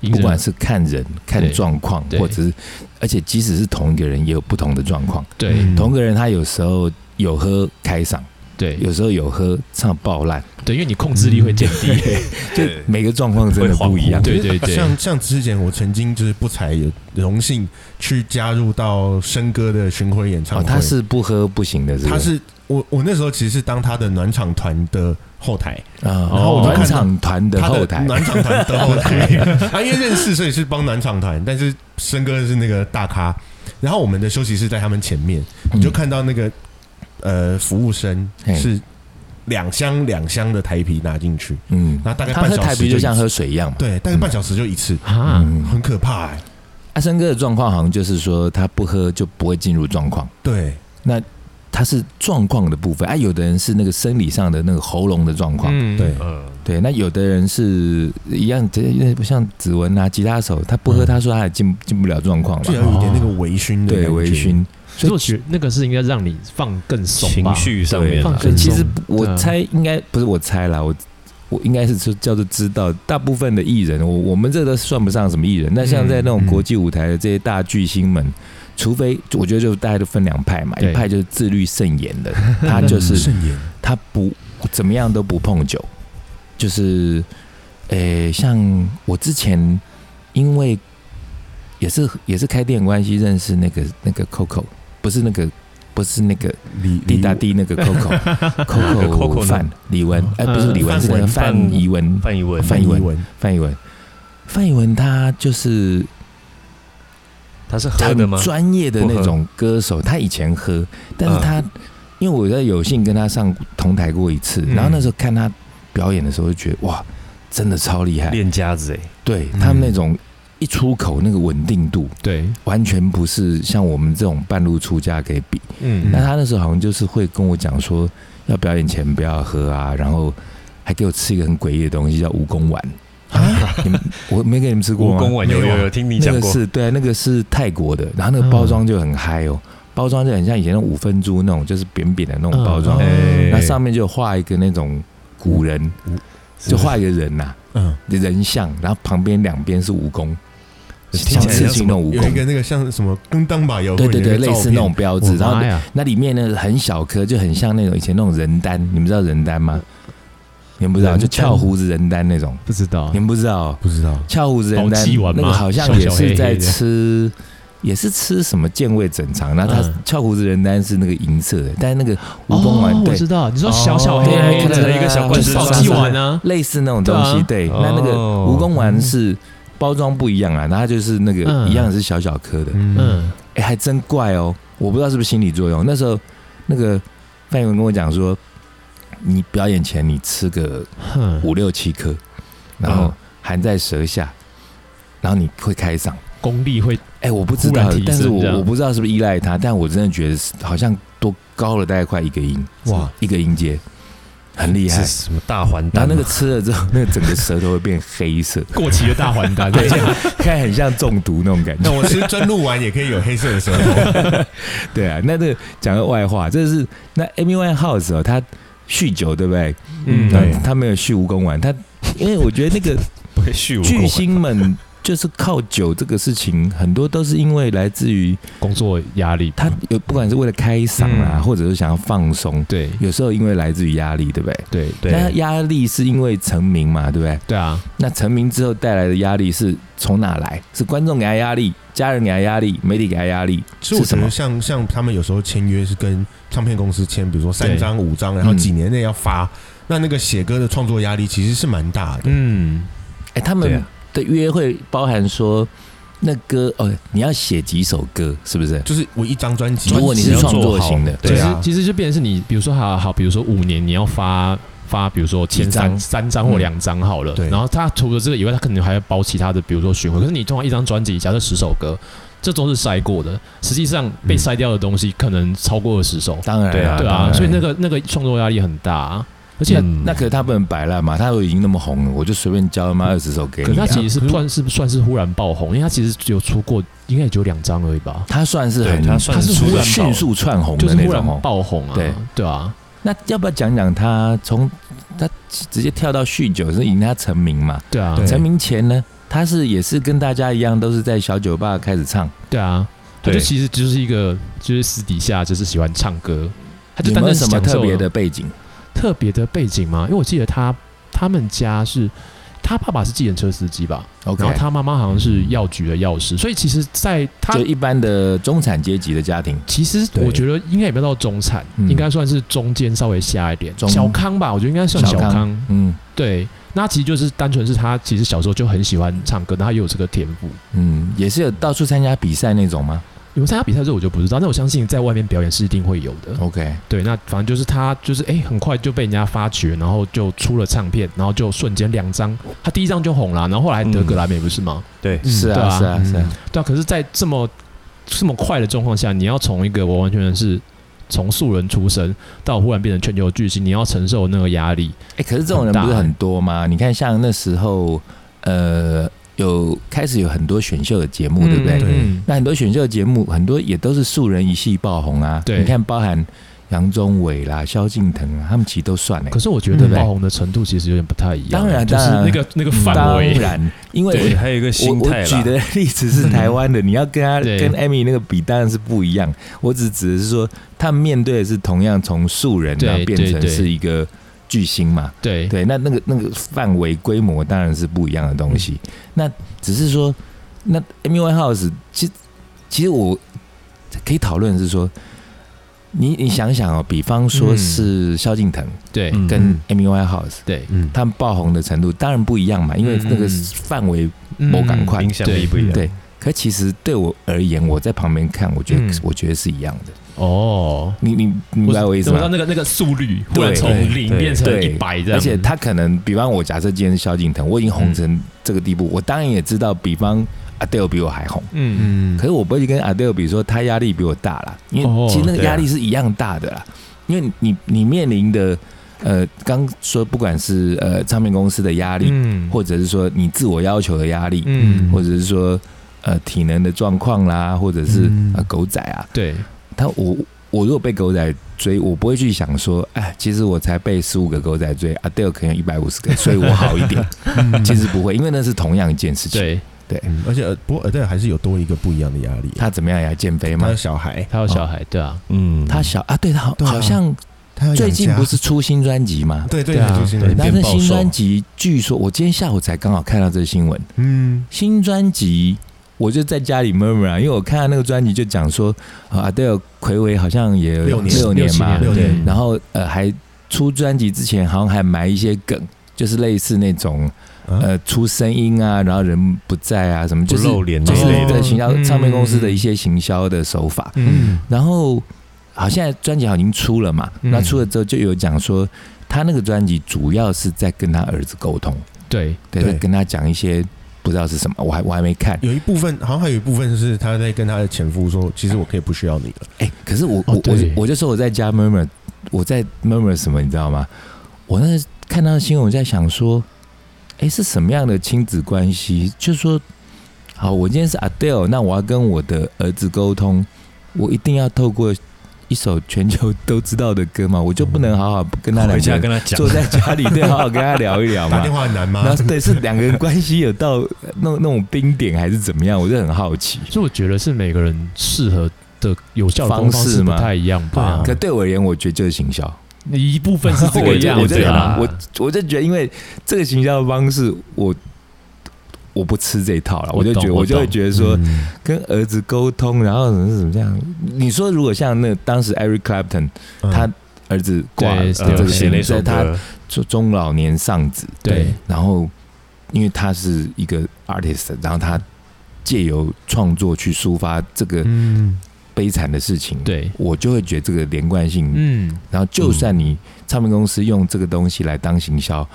B: 因
D: 不
B: 人
D: 管是看人、看状况，
B: 对
D: 或者是而且即使是同一个人，也有不同的状况。
B: 对、
A: 嗯
D: 同一个人他有时候有喝开嗓，
B: 对
D: 有嗯时候有喝唱爆烂，
B: 对，因为你控制力会降低。
D: 就
C: 对
D: 每个状况真的不一样。哦
B: 对对对
A: 像像之前我曾经就是不才有荣幸去加入到生哥的巡回演唱
D: 哦，
A: 会，
D: 他是不喝不行的，
A: 他是我我那时候其实是当他的暖场团的后台，
D: 啊，
B: 然哦后我就
D: 暖
A: 看到
D: 场团的
A: 他
D: 后台，
A: 暖场团的后 台， 他因为认识所以是帮暖场团，但是生哥是那个大咖，然后我们的休息室在他们前面，你
D: 嗯
A: 就看到那个呃服务生
D: 嘿
A: 是两箱两箱的台啤拿进去，
D: 嗯，
A: 那大概
D: 他
A: 半
D: 喝
A: 小
D: 台
A: 时
D: 啤就像
A: 一次
D: 喝水一样嘛。
A: 对，大概半小时就一次，
B: 啊，
D: 嗯，
A: 很可怕哎、
D: 阿生哥的状况好像就是说，他不喝就不会进入状况，
A: 对，
D: 他是状况的部分。啊，有的人是那个生理上的那个喉咙的状况，
B: 嗯
A: 对
C: 嗯，
D: 对。那有的人是一样，这不像指纹啊，吉他手他不喝，
A: 嗯
D: 他说他也进进不了状况
A: 就
D: 嘛，
A: 有一点那个微醺的
D: 对，
A: 感觉
D: 微，醺。
B: 所以我觉得那个是应该让你放更松吧
C: 情绪上
B: 对
C: 面
B: 放
C: 啊
D: 所以
B: 更
D: 其实
B: 松
D: 我猜应该不是我猜啦，我我应该是就叫做知道，大部分的艺人，我我们这都算不上什么艺人。那像在那种
A: 嗯嗯
D: 国际舞台的这些大巨星们，除非我觉得就大家都分两派嘛，
B: 对
D: 一派就是自律慎言的，他就是
A: 慎言，
D: 他不怎么样都不碰酒，就是呃、像我之前因为也是也是开店关系认识那个那个 Coco，不是那个不是那个
A: 李
D: 滴答
A: 李
D: 滴那个 Coco，Coco 范李玟，哎，不是李玟，是那个范怡文，
C: 范一文，
D: 范
A: 范
D: 一
A: 一
D: 文
A: 文，
D: 范怡文，范怡文，他就是
C: 他是喝
D: 很
C: 的吗？嗯
D: 专业的那种歌手，他以前喝，但是他因为我在有幸跟他上同台过一次，
C: 嗯
D: 然后那时候看他表演的时候，就觉得哇，真的超厉害，
C: 练家子哎，
D: 对他们那种一出口那个稳定度，
C: 嗯
B: 对，
D: 完全不是像我们这种半路出家可以比。
B: 嗯
D: 那他那时候好像就是会跟我讲说，要表演前不要喝啊，然后还给我吃一个很诡异的东西叫蜈蚣丸。 你们我没给你们吃过
C: 啊蜈
D: 吗？
C: 蚣丸有
A: 没有
C: 有
A: 啊
C: 有听你
D: 那
C: 讲
D: 个
C: 过，
D: 是对，啊那个是泰国的，然后那个包装就很嗨哦，包装就很像以前的五分猪那种，就是扁扁的那种包装，
A: 嗯
C: 哎
D: 那上面就画一个那种古人，就画一个人呐、
A: 嗯，
D: 人像，然后旁边两边是蜈蚣，
C: 听
D: 像
C: 起来
D: 刺
C: 像
D: 青
C: 什
D: 那
C: 么
D: 种蜈
A: 有一个
D: 蚣，
A: 那个像什么跟当吧有
D: 对对对，类似那种标
A: 哎
D: 志，然后
B: 呀，
D: 那里面呢很小颗，就很像那种以前那种人丹，你们知道人丹吗？你们不知道，
A: 人
D: 就
A: 丹
D: 翘胡子人丹那种，
B: 不知道
D: 你们不知道。哦
A: 不知道
D: 翘胡子人
B: 保
D: 丹
B: 济丸
D: 那
B: 吗
D: 个好像
B: 小
D: 也
B: 小黑
D: 是
B: 黑
D: 在
B: 的
D: 吃，也是吃什么健胃整肠。然后他
B: 嗯
D: 翘胡子人丹是那个银色的，但是那个蜈蚣丸
B: 哦，我
D: 对
B: 知道，你说
C: 哦
B: 小小黑
D: 对啊
B: 黑
D: 看
B: 的
D: 到
B: 一个小
D: 啊
B: 罐
D: 就
B: 子
D: 是
B: 保
D: 上
B: 济
D: 次
B: 丸啊，
D: 类似那种东西，对,、
C: 哦
D: 那那个蜈蚣丸是包装不一样啊，然后它就是那个、
B: 嗯
D: 一样是小小颗的，哎、
A: 嗯
B: 嗯，
D: 还真怪哦，我不知道是不是心理作用。那时候那个范云跟我讲说，你表演前你吃个
B: 嗯哼，
D: 五六七颗，然
B: 嗯
D: 后含在舌下，然后你会开嗓。
B: 功力会
D: 哎、我不知
B: 忽然
D: 道
B: 提升，
D: 但是
B: 这
D: 我
B: 样
D: 我不知道是不是依赖它，但我真的觉得是好像多高了大概快一个音，
A: 哇，
D: 一个音阶，很厉害
C: 是。什么大环
D: 然
C: 丹
D: 后
C: 吗？
D: 那个吃了之后，那个整个舌头会变 黑色，
B: 过期的大还丹，
D: 对，看很像中毒那种感
A: 那
D: 觉。
A: 我吃 真鹿丸也可以有黑色的舌 头，
D: 对啊，那这个讲个外话，这是那 Amy Winehouse 哦，她酗酒对不对？
C: 嗯
A: 对
D: 她没有酗蜈蚣丸，她因为我觉得那 个
C: 不会续武功
D: 巨星们就是靠酒这个事情，很多都是因为来自于
B: 工作压力，
D: 他有不管是为了开嗓啊，
C: 嗯
D: 或者是想要放松，
B: 对
D: 有时候因为来自于压力，对不对？
B: 对
D: 但
C: 对，
D: 压力是因为成名嘛，对不对？
B: 对啊，
D: 那成名之后带来的压力是从哪来？是观众给他压力，家人给他压力，媒体给他压力，
A: 其实我
D: 是
A: 觉
D: 什么
A: 得像像他们有时候签约是跟唱片公司签，比如说三张五张，然后
D: 嗯
A: 几年内要发，那那个写歌的创作压力其实是蛮大的。
B: 嗯，
D: 哎、他
C: 对
D: 们
C: 啊
D: 的约会包含说，那歌哦，你要写几首歌，是不是？
A: 就是我一张专辑，
D: 如果你是创作型的，
B: 其
A: 对
B: 实
A: 啊
B: 其实就变成是你，比如说好好，比如说五年你要发发，比如说
D: 几
B: 前
D: 张嗯
B: 三三张或两张好了，
A: 对
B: 然后他除了这个以外，他可能还要包其他的，比如说巡回。可是你通常一张专辑，假设十首歌，这都是筛过的，实际上被筛掉的东西可能超过二十首，
D: 当然
C: 对啊
B: 对
D: 当
B: 啊，
D: 然嗯
B: 所以那个那个创作压力很大啊，而且
D: 那那可是他不能摆烂嘛，他都已经那么红了，我就随便教他妈二十首给
B: 可
D: 你
B: 是
D: 啊、
B: 他其实是算是算是忽然爆红，因为他其实只有出过，应该也只有两张而已吧，
D: 他算是
C: 对
D: 很
C: 他算
B: 他是
C: 出
B: 忽
C: 的
B: 然爆
D: 迅速窜红
B: 就
D: 的
B: 是
D: 那
B: 忽然
D: 种哦。
B: 爆红啊，
D: 对
B: 对啊，
D: 那要不要讲讲他从他直接跳到酗酒是引他成名嘛？
B: 对啊，
A: 对
D: 成名前呢，他是也是跟大家一样，都是在小酒吧开始唱。
B: 对啊，他
C: 对
B: 就其实就是一个，就是私底下就是喜欢唱歌，他就
D: 有
B: 单
D: 没有
B: 单
D: 什么
B: 享受
D: 特别
B: 了
D: 的背景？
B: 特别的背景吗？因为我记得他他们家是他爸爸是计程车司机吧
D: OK
B: 然后他妈妈好像是药局的药师，所以其实在他
D: 就一般的中产阶级的家庭，
B: 其实
D: 对
B: 我觉得应该也没有到中产，
D: 嗯
B: 应该算是中间稍微下一点，
D: 中
B: 小康吧，我觉得应该算
D: 小
B: 小
D: 康
B: 康
D: 嗯
B: 对，那其实就是单纯是他其实小时候就很喜欢唱歌，然后他也有这个天赋。
D: 嗯，也是有到处参加比赛那种吗
B: 你们参加比赛这我就不知道，那我相信在外面表演是一定会有的。
D: ？OK，
B: 对，那反正就是他，就是哎、很快就被人家发掘，然后就出了唱片，然后就瞬间两张，他第一张就红了，然后后来得格莱美不是吗？
C: 对
A: 嗯
D: 是
B: 对
D: 啊
B: 啊
D: 是啊是啊
A: 嗯，
B: 对啊，可是，在这么这么快的状况下，你要从一个我完全是从素人出身到忽然变成全球巨星，你要承受那个压力，
D: 哎，可是这种
B: 很
D: 人
B: 大
D: 不是很多吗？你看像那时候，呃，有开始有很多选秀的节目，对不对？
B: 嗯
D: 那很多选秀节目，很多也都是素人一系爆红啊。
B: 对
D: 你看包含杨宗纬啦、萧敬腾啊，他们其实都算哎、
B: 可是我觉
D: 对
B: 得
D: 不对嗯
B: 爆红的程度其实有点不太一样，啊
D: 当然
B: 就是
D: 当然
B: 那个那个范
D: 当
B: 围，
D: 然，因
C: 对，
D: 为
C: 还有一个
D: 我
C: 心
D: 我
C: 态
D: 举
C: 啦，
D: 的例子是台湾的，你要跟他
B: 嗯对
D: 跟艾米那个比，当然是不一样。我只指的是说，他们面对的是同样从素人啊
B: 对
D: 变
B: 对
D: 成
B: 对
D: 是一个巨星嘛。
B: 对
D: 对，那那个那个范围规模当然是不一样的东西。那只是说，那 Amy Winehouse 其实其实我可以讨论是说，你你想想哦，比方说
B: 嗯
D: 是萧敬腾
B: 对
C: 嗯
D: 跟 Amy Winehouse，、
B: 对，
A: 嗯，
D: 他们爆红的程度当然不一样嘛，因为那个范围。
B: 嗯
D: 我赶快
C: 影响力
B: 对
C: 不一样。
D: 对可其实对我而言，我在旁边看，我觉得、
B: 嗯
D: 我觉得是一样的。
B: 哦。
D: 你你你明白我意思
B: 我知道
D: 吗？
B: 那个那个速率忽然
D: 对
B: 从
C: 对
B: 零
C: 对
B: 变成一
D: 对
B: 百这样，
D: 而且他可能，比方我假设今天是萧敬腾，我已经红成这个地步，我当然也知道，比方 Adele 比我还红。
B: 嗯，
A: 嗯
D: 可是我不会跟 Adele 比说他压力比我大啦，因为
B: 哦
D: 其实那个
C: 对啊
D: 压力是一样大的啦，因为你你面临的呃，刚说不管是呃唱片公司的压力，
B: 嗯
D: 或者是说你自我要求的压力，
B: 嗯
D: 或者是说呃体能的状况啦，或者是、
A: 嗯
D: 呃狗仔啊，
B: 对，
D: 他我我如果被狗仔追，我不会去想说，哎，其实我才被十五个狗仔追，Adele 可能一百五十个，所以我好一点， 其实不会，因为那是同样一件事情。
B: 对
A: 嗯而且呃不过 Adele 还是有多一个不一样的压力，啊
D: 他怎么样呀？减肥吗
A: 他的？小孩，
B: 他有小孩，对啊，
C: 嗯，
D: 他小啊，对他好
A: 对啊
D: 好像
A: 他要养
D: 最近
A: 家
D: 不是出新专辑吗？
A: 对对
B: 对啊
A: 对，就是那
C: 对
A: 个
D: 但
C: 变
D: 是
C: 暴
D: 新
C: 瘦
D: 专辑，据说我今天下午才刚好看到这个新闻。
A: 嗯，
D: 新专辑，我就在家里 murmur 啊，因为我看到那个专辑就讲说，啊，对了，暌违好像也有
A: 六年
D: 六
B: 六
D: 年
B: 七
D: 嘛，
B: 年，
A: 六
B: 对
A: 年
D: 然后呃，还出专辑之前好像还埋一些梗，就是类似那种
A: 呃，
D: 呃出声音啊，然后人不在啊，什么
C: 不
D: 就是
C: 露脸
D: 就
C: 之
D: 是
C: 类
A: 哦
C: 的
D: 对，行销
A: 嗯
D: 唱片公司的一些行销的手法。
A: 嗯
D: 然后好，现在专辑好像已经出了嘛，
A: 嗯
D: 那出了之后就有讲说，他那个专辑主要是在跟他儿子沟通，
B: 对
D: 对，
A: 对
D: 在跟他讲一些不知道是什么，我还我还没看。
A: 有一部分好像还有一部分是他在跟他的前夫说，其实我可以不需要你了，
D: 哎、可是我
B: 哦
D: 我我
B: 对
D: 我就说我在家 murmur，我在 murmur 什么，你知道吗？我那时看到新闻，我在想说，哎、是什么样的亲子关系？就说，好，我今天是 Adele，那我要跟我的儿子沟通，我一定要透过一首全球都知道的歌嘛，我就不能好好跟他
C: 回
D: 两个
C: 家
D: 人
C: 跟他讲
D: 坐，在家里，对，好好跟他聊一聊
A: 打
D: 嘛
A: 电。话很难吗
D: 然？后对，是两个人关系有到那那种冰点还是怎么样？我就很好奇。
B: 所以我觉得是每个人适合的有效的沟通
D: 方
B: 方
D: 式
B: 式不
D: 吗
B: 太一样吧
A: 对啊。
D: 可对我而言，我觉得就是行销。
B: 你一部分是这
D: 我
B: 个
D: 就
B: 样
D: 我
B: 子啊
D: 就
B: 啦，
D: 我我就觉得，因为这个行销方式，我我不吃这一套了，我
B: 我
D: 就
B: 懂嗯
D: 觉得
B: 我
D: 我就会
B: 懂
D: 觉得说，
A: 嗯
D: 跟儿子沟通，然后怎么怎么样？你说如果像那个当时 Eric Clapton
A: 嗯
D: 他儿子挂了
B: 对，
D: 呃这
C: 呃
D: 个
C: 写
D: 写
C: 了
D: 了
C: 一
D: 一
C: 首
D: 首他
C: 歌，
D: 中中老年丧子，
B: 对
D: 然后因为他是一个 artist，然后他借由创作去抒发这个
A: 嗯，
D: 悲惨的事情，，
B: 对，
D: 我就会觉得这个连贯性
B: 嗯，
D: 然后就算你唱片公司用这个东西来当行销，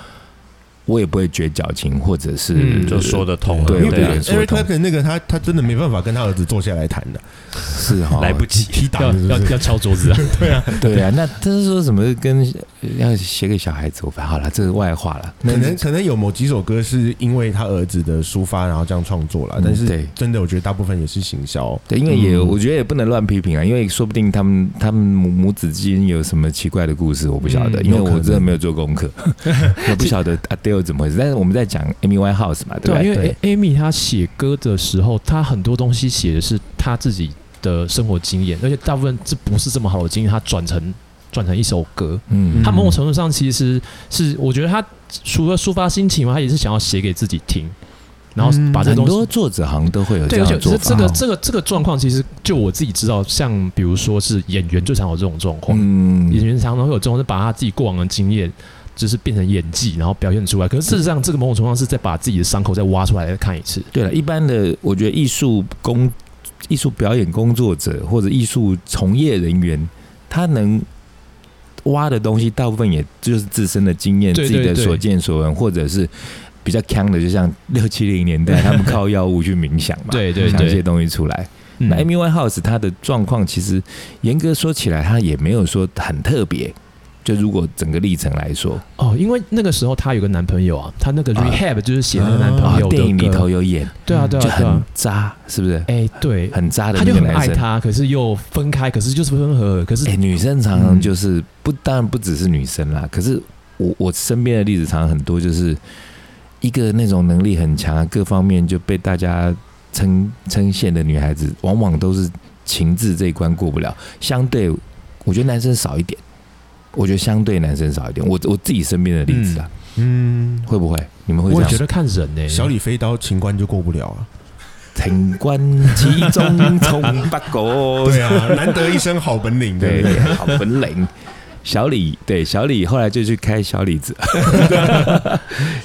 D: 我也不会觉得矫情，或者是、
B: 嗯
C: 就说得通了，
D: 对
A: 因为
D: 对啊
A: Eric
D: 说得通
A: Clapton 那个他他真的没办法跟他儿子坐下来谈的，
D: 是哈、
C: 来不及，
D: 哦
A: 踢打
B: 要
A: 的是不
B: 要
A: 是？
B: 要敲桌子啊，
D: 对啊。那他是说什么跟要写给小孩子？我好了，这是外话了。那
A: 可能可能有某几首歌是因为他儿子的抒发，然后这样创作了，
D: 嗯
A: 但是
D: 对
A: 真的我觉得大部分也是行销，
D: 对，因为也、
B: 嗯
D: 我觉得也不能乱批评啊，因为说不定他们他们母母子之间有什么奇怪的故事，我不晓得，
B: 嗯
D: 因为
A: 有可
D: 我
A: 能
D: 真的没有做功课，我不晓得 Adele 怎么回事。但是我们在讲 Amy Winehouse 嘛，
B: 对
D: 对不
B: 啊，
D: 对？
B: 因为 A- Amy 她写歌的时候，她很多东西写的是她自己的生活经验，而且大部分这不是这么好的经验，她转成转成一首歌。
D: 嗯
B: 她某种程度上其实是，我觉得她除了抒发心情嘛，她也是想要写给自己听，然后把这
D: 嗯很
B: 东西
D: 多作者好像都会有这
B: 对，而
D: 样
B: 且
D: 的做
B: 这
D: 法。
B: 这个
D: 哦
B: 这个这个状况，其实就我自己知道，像比如说是演员最常有这种状况，
D: 嗯
B: 演员常常会有这种，是把他自己过往的经验，就是变成演技，然后表现出来。可是事实上，这个某种程度上是在把自己的伤口再挖出来再看一次。
D: 对了，一般的，我觉得艺术工、艺术表演工作者或者艺术从业人员，他能挖的东西，大部分也就是自身的经验、
B: 对
D: 自己的
B: 对对
D: 所见所闻，或者是比较强的，就像六七零年 代他们靠药物去冥想嘛，
B: 对对嗯
D: 想一些
B: 对，
D: 东西出来。那 Amy Winehouse 她的状况，其实严格说起来，她也没有说很特别。就如果整个历程来说，
B: 哦，因为那个时候她有个男朋友啊，她那个
D: 啊
B: rehab 就是写那个男
D: 啊
B: 朋，友的
D: 电影里
B: 歌
D: 头有演，
B: 对啊对
D: 就
B: 啊对
D: 很
B: 啊，
D: 渣，是不是？
B: 哎对，
D: 很渣的
B: 他
D: 那
B: 就
D: 个
B: 很
D: 男
B: 爱
D: 生。
B: 他，可是又分开，可是就是分合，可是
D: 哎、女生常
B: 嗯
D: 常就是不，当然不只是女生啦。可是我我身边的例子常常很多，就是一个那种能力很强，各方面就被大家称称羡的女孩子，往往都是情志这一关过不了。相对，我觉得男生少一点，我觉得相对男生少一点。我我自己身边的例子啊，
A: 嗯，
D: 会不会你们会这
B: 我也
D: 样
B: 觉？得看人呢、
A: 小李飞刀情关就过不了啊，
D: 挺关其 中从八国，
A: 对啊， 难得一身好本领，对
D: 对
A: 不对？
D: 好本领。小李对小李，后来就去开小 李子。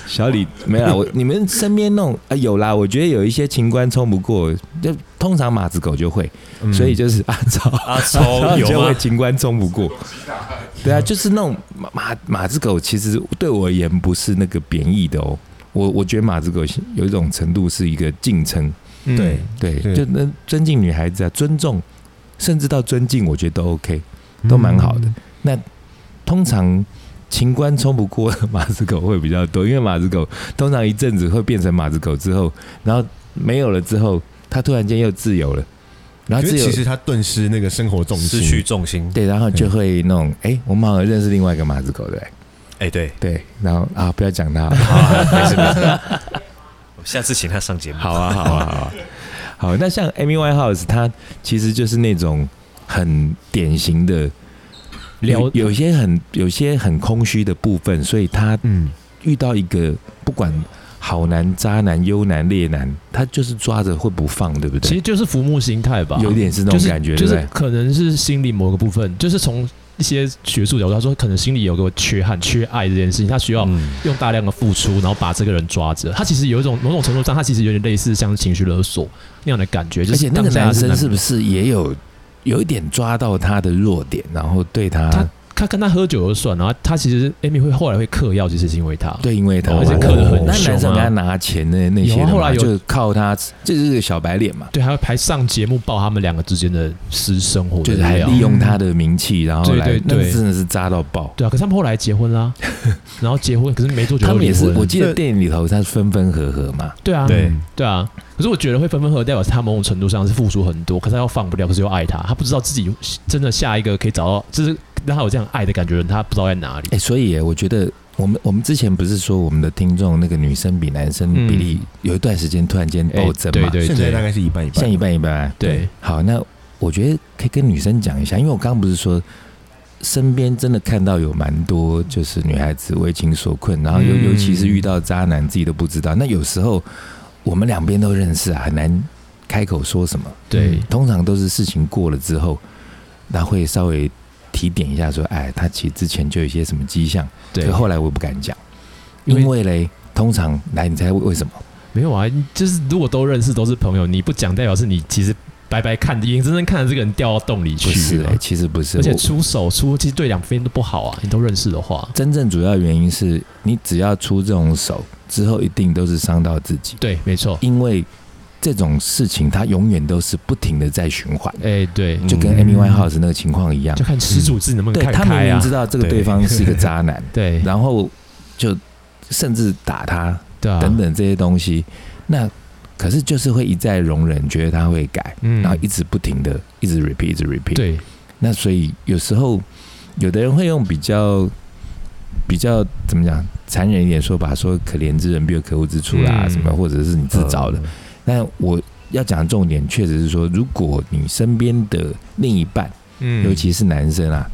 D: 小李没有啦，我你们身边那种啊有啦，我觉得有一些情关冲不过，就通常马子狗就会，
A: 嗯啊
D: 所以就是阿超
C: 阿 超
D: 就
C: 有
D: 会
C: 吗？
D: 情关冲不过。对啊，就是那种马马马子狗，其实对我而言不是那个贬义的哦。我我觉得马子狗有一种程度是一个敬称，
A: 对，
D: 对，
A: 对
D: 就那尊敬女孩子啊，尊重，甚至到尊敬，我觉得都 OK。都蛮好
A: 嗯
D: 的通常情关冲不过的马子狗会比较多，因为 马子狗通常一阵子会变成马子狗之后，然后没有了之后，它突然间又自由了，
A: 嗯。
D: 然后
A: 可
D: 自
A: 是
D: 由
A: 其实他嗯顿时那个生活重
C: 失
A: 心，
C: 去重心，
D: 对，然后就会那种哎、我们好像认识另外一个马子狗，对不对
C: 哎，对，
D: 对，然后啊，不要讲它，
C: 好啊，没事没事，我下次请他上节目，
D: 好啊，好啊， 好啊，好。那像 Amy Winehouse，她其实就是那种很典型的
B: 聊
D: 有有些很有些很空虚的部分，所以他
A: 嗯，
D: 遇到一个不管好男、渣男、优男、劣男，他就是抓着会不放，对不
B: 其
D: 对？
B: 实就是浮木心态吧，
D: 有点是那
B: 就
D: 种
B: 是
D: 感觉，
B: 就
D: 对
B: 是
D: 不
B: 可能是心理某个部分，就是从一些学术角度，他说可能心里有个缺憾、缺爱这件事情，他需要
C: 嗯，
B: 用大量的付出，然后把这个人抓着。他其实有一种某种程度上，他其实有点类似像情绪勒索那样的感觉，
D: 对？
B: 就
D: 而
B: 是
D: 且那个
B: 当下
D: 男生
B: 难
D: 是不是也有有一点抓到他的弱点，然后对他
B: 他他跟他喝酒就算，然后他其实 Amy 会后来会嗑药，其实是因为他。
D: 对，因为他
B: 哦
D: 玩
B: 而且刻得很
D: 那
B: 凶啊
D: 男生给他拿钱的那些
B: 有
D: 的
B: 啊
D: 嘛，
B: 后来有
D: 就靠他，这就是小白脸嘛，
B: 对，还会还上节目爆他们两个之间的私生活
D: 就
B: 的
D: 是还
B: 料。
D: 利用他的名气，然后来
B: 对，
D: 那
B: 对对
D: 真的是渣到爆。
B: 对啊，可是他们后来结婚 啦，然后结婚，可是没多久
D: 他
B: 就
D: 们
B: 离
D: 也是，我
B: 婚。
D: 记得电影里头他是分分合合嘛，
B: 对啊，
C: 对，
B: 对啊。可是我觉得会分分合合，代表是他某种程度上是付出很多，可是他又放不掉，可是又爱他，他不知道自己真的下一个可以找到，就是让他有这样爱的感觉的人，他不知道在哪里
D: 哎、。所以耶我觉得我们我们之前不是说我们的听众那个女生比男生比例有一段时间突然间
B: 嗯哎
D: 暴增
B: 对
D: 嘛，
B: 对
A: 现在大
B: 对
A: 概是一半一
D: 像
A: 半，
D: 一半一半。
B: 对，
D: 好，那我觉得可以跟女生讲一下，因为我刚刚不是说身边真的看到有蛮多就是女孩子为情所困，然后尤、
B: 嗯
D: 尤其是遇到渣男自己都不知道。那有时候我们两边都认识啊，很难开口说什么。
B: 对
D: 通常都是事情过了之后，那会稍微提点一下说，哎，他其实之前就有一些什么迹象，
B: 对
D: 可。后来我也不敢讲，
B: 因为
D: 因为嘞，通常来你猜为什么？
B: 没有啊，就是如果都认识都是朋友，你不讲代表是你其实白白看，眼睁睁看着这个人掉到洞里
D: 不
B: 去。
D: 是哎、其实不是，
B: 啊而且
D: 我
B: 出手出其实对两边都不好啊，你都认识的话，
D: 真正主要原因是你只要出这种手之后，一定都是伤到自己，
B: 对，没错，
D: 因为这种事情它永远都是不停的在循环，
B: 哎、对，
D: 就
C: 嗯
D: 跟 Amy Winehouse 那个情况一样嗯
B: 就，看失主自己能不能
D: 对
B: 看
D: 他明
B: 开
D: 明
B: 啊
D: 知，道这个
C: 对
D: 对方是个渣男，
B: 对，
D: 然后就甚至打他
B: 对啊，
D: 等，等这些东西，那可是就是会一再容忍，觉得他会改，
B: 嗯
D: 然后一直不停的一直 repeat，一直 repeat，
B: 对，
D: 那所以有时候有的人会用比较比较怎么讲残忍一点说法，说可怜之人必有可恶之处啦，
B: 嗯
D: 什么或者是你自找的。但我要讲的重点确实是说，如果你身边的另一半，
B: 嗯
D: 尤其是男生啊。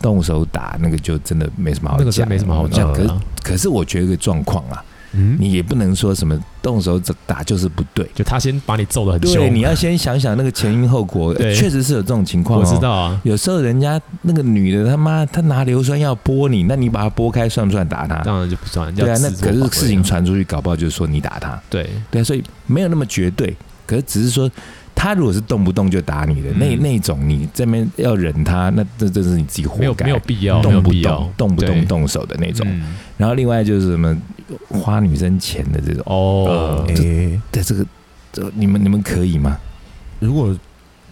D: 动手打那个就真的没什么好
B: 那
D: 讲，
B: 个真没什么好讲
D: 可
B: 的
D: 是
B: 啊，
D: 可是我觉得有一个状况啊，
A: 嗯，
D: 你也不能说什么动手打就是不对，
B: 就他先把你揍得很
D: 对，
B: 凶，
D: 你要先想想那个前因后果，
B: 对
D: 确实是有这种情况、哦。
B: 我知道啊，
D: 有时候人家那个女的他妈，她拿硫酸药拨你，那你把她拨开算不算打她？
B: 当然就不算，
D: 对
B: 要
D: 啊，那
B: 自作
D: 可是
B: 防卫
D: 事情
B: 啊
D: 传出去，搞不好就是说你打她。
B: 对，
D: 对啊，所以没有那么绝对，可是只是说她如果是动不动就打你的、那
B: 嗯
D: 那种，你这边要忍她，那这这是你自己活
B: 没有
D: 该。
B: 没有必要，没有
D: 动不
B: 必要
D: 动，动不
B: 对
D: 动动手的那种，
B: 嗯
D: 然后另外就是什么花女生钱的这种，
B: 哦，
A: 哎、
D: 对这个，这你们你们可以吗？
A: 如果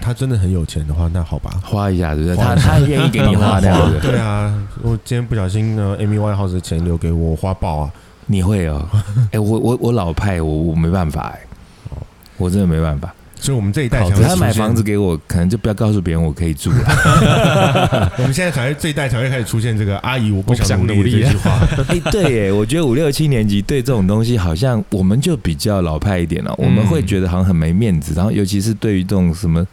A: 他真的很有钱的话，那好吧。
D: 花一下对不对？
A: 花
D: 他
A: 一下
D: 他愿意给你花那样子，
A: 对啊，我今天不小心呢，Amy Winehouse 的钱留给我，我花爆啊！
D: 你会 哦？哎、我我我老派，我我没办法哎、
A: 哦
D: 我真的没办法。
A: 所以我们这一代
D: 好
A: 才会
D: 他买
A: 出现
D: 房子，给我，可能就不要告诉别人我可以住了。
A: 我们现在才会这一代才会开始出现这个“阿姨，我不
B: 我不想
A: 想努
B: 努
A: 力”
B: 力
A: 这句话。
D: 哎、对耶，我觉得五六七年级对这种东西，好像我们就比较老派一点了、我们
B: 嗯
D: 会觉得好像很没面
A: 嗯
D: 子，然后尤其是对于这种什么，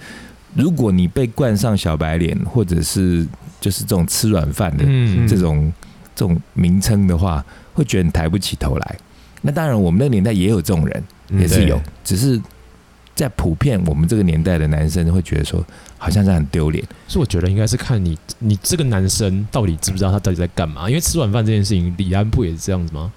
D: 如果你被冠上小白脸，或者是就是这种吃软饭的，
B: 嗯
D: 这种这种名称的话，会觉得你抬不起头来。那当然，我们那个年代也有这种人，
A: 嗯
D: 也是有
B: 对，
D: 只是在普遍我们这个年代的男生会觉得说，好像这样很丢脸。
B: 所以我觉得应该是看你你这个男生到底知不知道他到底在干嘛，因为吃软饭这件事情，李安不也是这样子吗？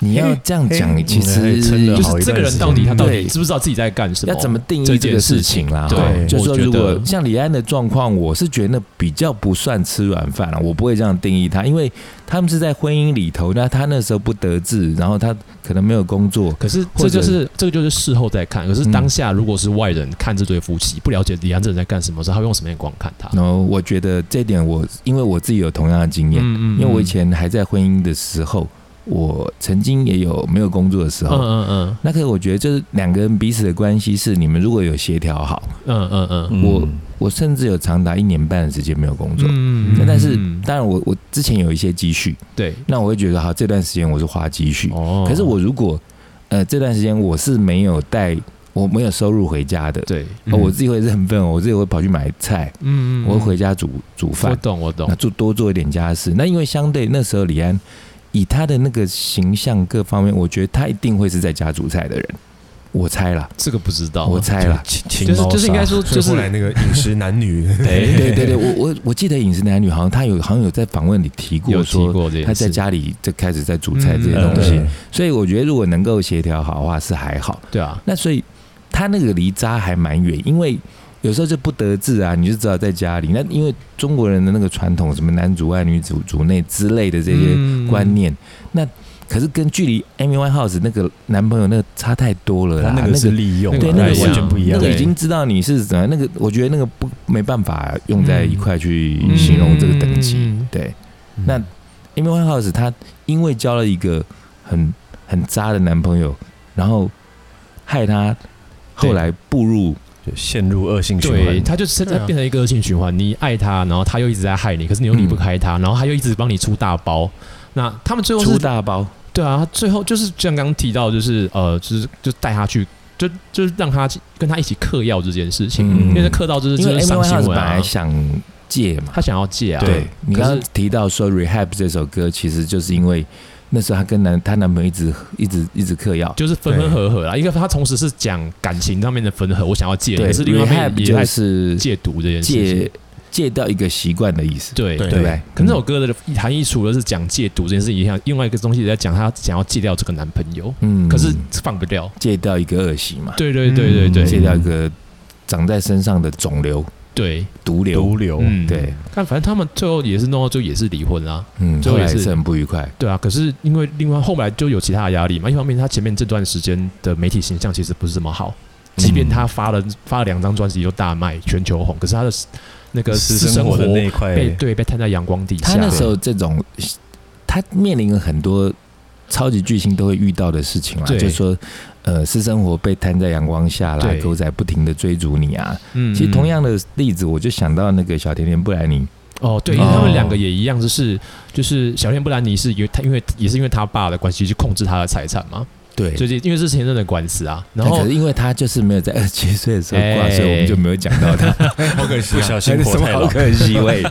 D: 你要这样
A: 嘿
D: 讲，其实
C: 嗯真的
B: 就是这个人到底他到
D: 啊对
B: 底知不知道自己在干什么？
D: 要怎么定
B: 这
D: 义这
B: 件
D: 个
B: 事
D: 事情啦？
B: 对
D: 哈就是
B: 我
D: 说，
B: 觉
D: 如果
B: 得
D: 像李安的状况，我是觉得那比较不算吃软饭了，我不会这样定义他，因为他们是在婚姻里头，那他那时候不得志，然后他可能没有工作，
B: 可是这就是这个就是事后再看，可
D: 嗯
B: 是当下如果是外人看这对夫妻，不了解李安这人在干什么，时候，他会用什么眼光看他？
D: 然后我觉得这点我，因为我自己有同样的经验，
B: 嗯
D: 因为我以前还在婚姻的时候，我曾经也有没有工作的时
B: 嗯
D: 候。
B: 嗯嗯
D: 那可是我觉得，就是两个人彼此的关系是，你们如果有协调好，
B: 嗯嗯嗯
C: 嗯
D: 我我甚至有长达一年半的时间没有工作。
B: 嗯
D: 那但是，当然我我之前有一些积蓄，
B: 对
D: 那我会觉得，好，这段时间我是花积蓄。
B: 哦
D: 可是我如果呃这段时间我是没有带，我没有收入回家的，
B: 对，
D: 哦我自己会认份，我自己会跑去买菜，
B: 嗯
D: 我会回家煮煮
B: 我
D: 饭，
B: 懂，我懂
D: 那，做多做一点家事。那因为相对那时候李安以他的那个形象各方面，我觉得他一定会是在家煮菜的人，我猜啦，
B: 这个不知道，啊
D: 我猜啦。
C: 青
B: 就
C: 青
B: 是
C: 猫
B: 就是应该说
A: 所
B: 就
A: 以后
B: 是
A: 来那个饮食男女，
B: 哎
D: 对对对对，我我我记得《饮食男女》好像他有好像有在访问里提过
B: 有提
D: 说，
B: 过这件事，
D: 他在家里就开始在煮菜这些
A: 嗯
D: 东西，
A: 嗯
D: 所以我觉得如果能够协调好的话是还好。
B: 对啊，
D: 那所以他那个离渣还蛮远，因为有时候就不得志啊，你就只好在家里。那因为中国人的那个传统，什么男主外女主主内之类的这些
B: 嗯
D: 观，念，那可是跟距离 Amy Winehouse 那个男朋友那个差太多了啦
C: 他。那个是利用啊，
D: 对那个
C: 哎完全不一
D: 那
C: 样
D: 个
B: 对。
D: 已经知道你是怎么样，那个我觉得那个不没办法用在一块去
B: 嗯
D: 形容这个等级。
B: 嗯
D: 对那 Amy Winehouse 她因为交了一个很很渣的男朋友，然后害她后来步入
C: 就陷入恶性循
B: 对，
C: 环。
B: 他就是
A: 对啊
B: 在变成一个恶性循环。你爱他，然后他又一直在害你，可是你又离不开他，然后他又一直帮你出大包。那他们最后
D: 嗯出
B: 是
D: 大包，
B: 对啊，他最后就是像刚刚提到，就是呃，就是就带他去，就就是让他跟他一起嗑药这件事情，
D: 嗯
B: 因为这嗑到就是
D: 因
B: 就
D: 为
B: 是
D: Amy
B: 上新
D: Winehouse 本
B: 闻啊
D: 来，想戒嘛。
B: 他想要戒啊，
D: 对你
B: 可
D: 刚
B: 是
D: 刚提到说《Rehab》这首歌，其实就是因为那时候她跟男她男朋友一直一直一直嗑药，
B: 就是分分合合啊啦。一个他同时是讲感情上面的分合，我想要戒你，
D: 对
B: 可是另外一
D: ，Rehab
B: 面也
D: 就
B: 在
D: 是
B: 戒毒这件事情
D: 戒。戒掉一个习惯的意思，
B: 对
A: 对
D: 对不对？
B: 可是那首歌的含义除了是讲戒毒这件事情一样，另外一个东西也在讲她想要戒掉这个男朋友，
D: 嗯
B: 可是放不掉。
D: 戒掉一个恶习嘛，
B: 对对对对
D: 戒
B: 对
D: 掉一个长在身上的肿瘤、
B: 对，
D: 毒瘤
C: 毒，瘤，
B: 嗯，
D: 哦对。，
B: 但反正他们最后也是弄到最后也是离婚啦，
D: 嗯，
B: 最后
D: 后
B: 也
D: 来
B: 是
D: 是很不愉快。
B: 对啊。可是因为另外后来就有其他的压力嘛，一方面他前面这段时间的媒体形象其实不是这么好，
D: 嗯
B: 即便他发了发了两张专辑就大卖全球红，可是他的那个
C: 私
B: 私生
C: 生
B: 活
C: 活的那一 块，
B: 被对被摊在阳光底下，
D: 他那时候这种，他面临了很多超级巨星都会遇到的事情啦，
B: 对
D: 就是说，呃，私生活被摊在阳光下啦
B: 对，
D: 狗仔不停的追逐你啊。
B: 嗯，
D: 其实同
B: 样。
D: 样的例子，我就想到那个小甜甜布兰妮，
B: 哦，对，因为他们
D: 哦
B: 两个也一样，就是就是小天布兰妮是因为他因为也是因为他爸的关系去控制他的财产嘛，
D: 对
B: 所以因为是前任的官司啊，然
D: 但
B: 后
D: 可是因为他就是没有在二十七岁的时候挂，
B: 哎
D: 所以我们就没有讲到他，
A: 好可惜
C: 不
A: 啊！
C: 小心活太
D: 好
C: 老
D: 可 惜喂。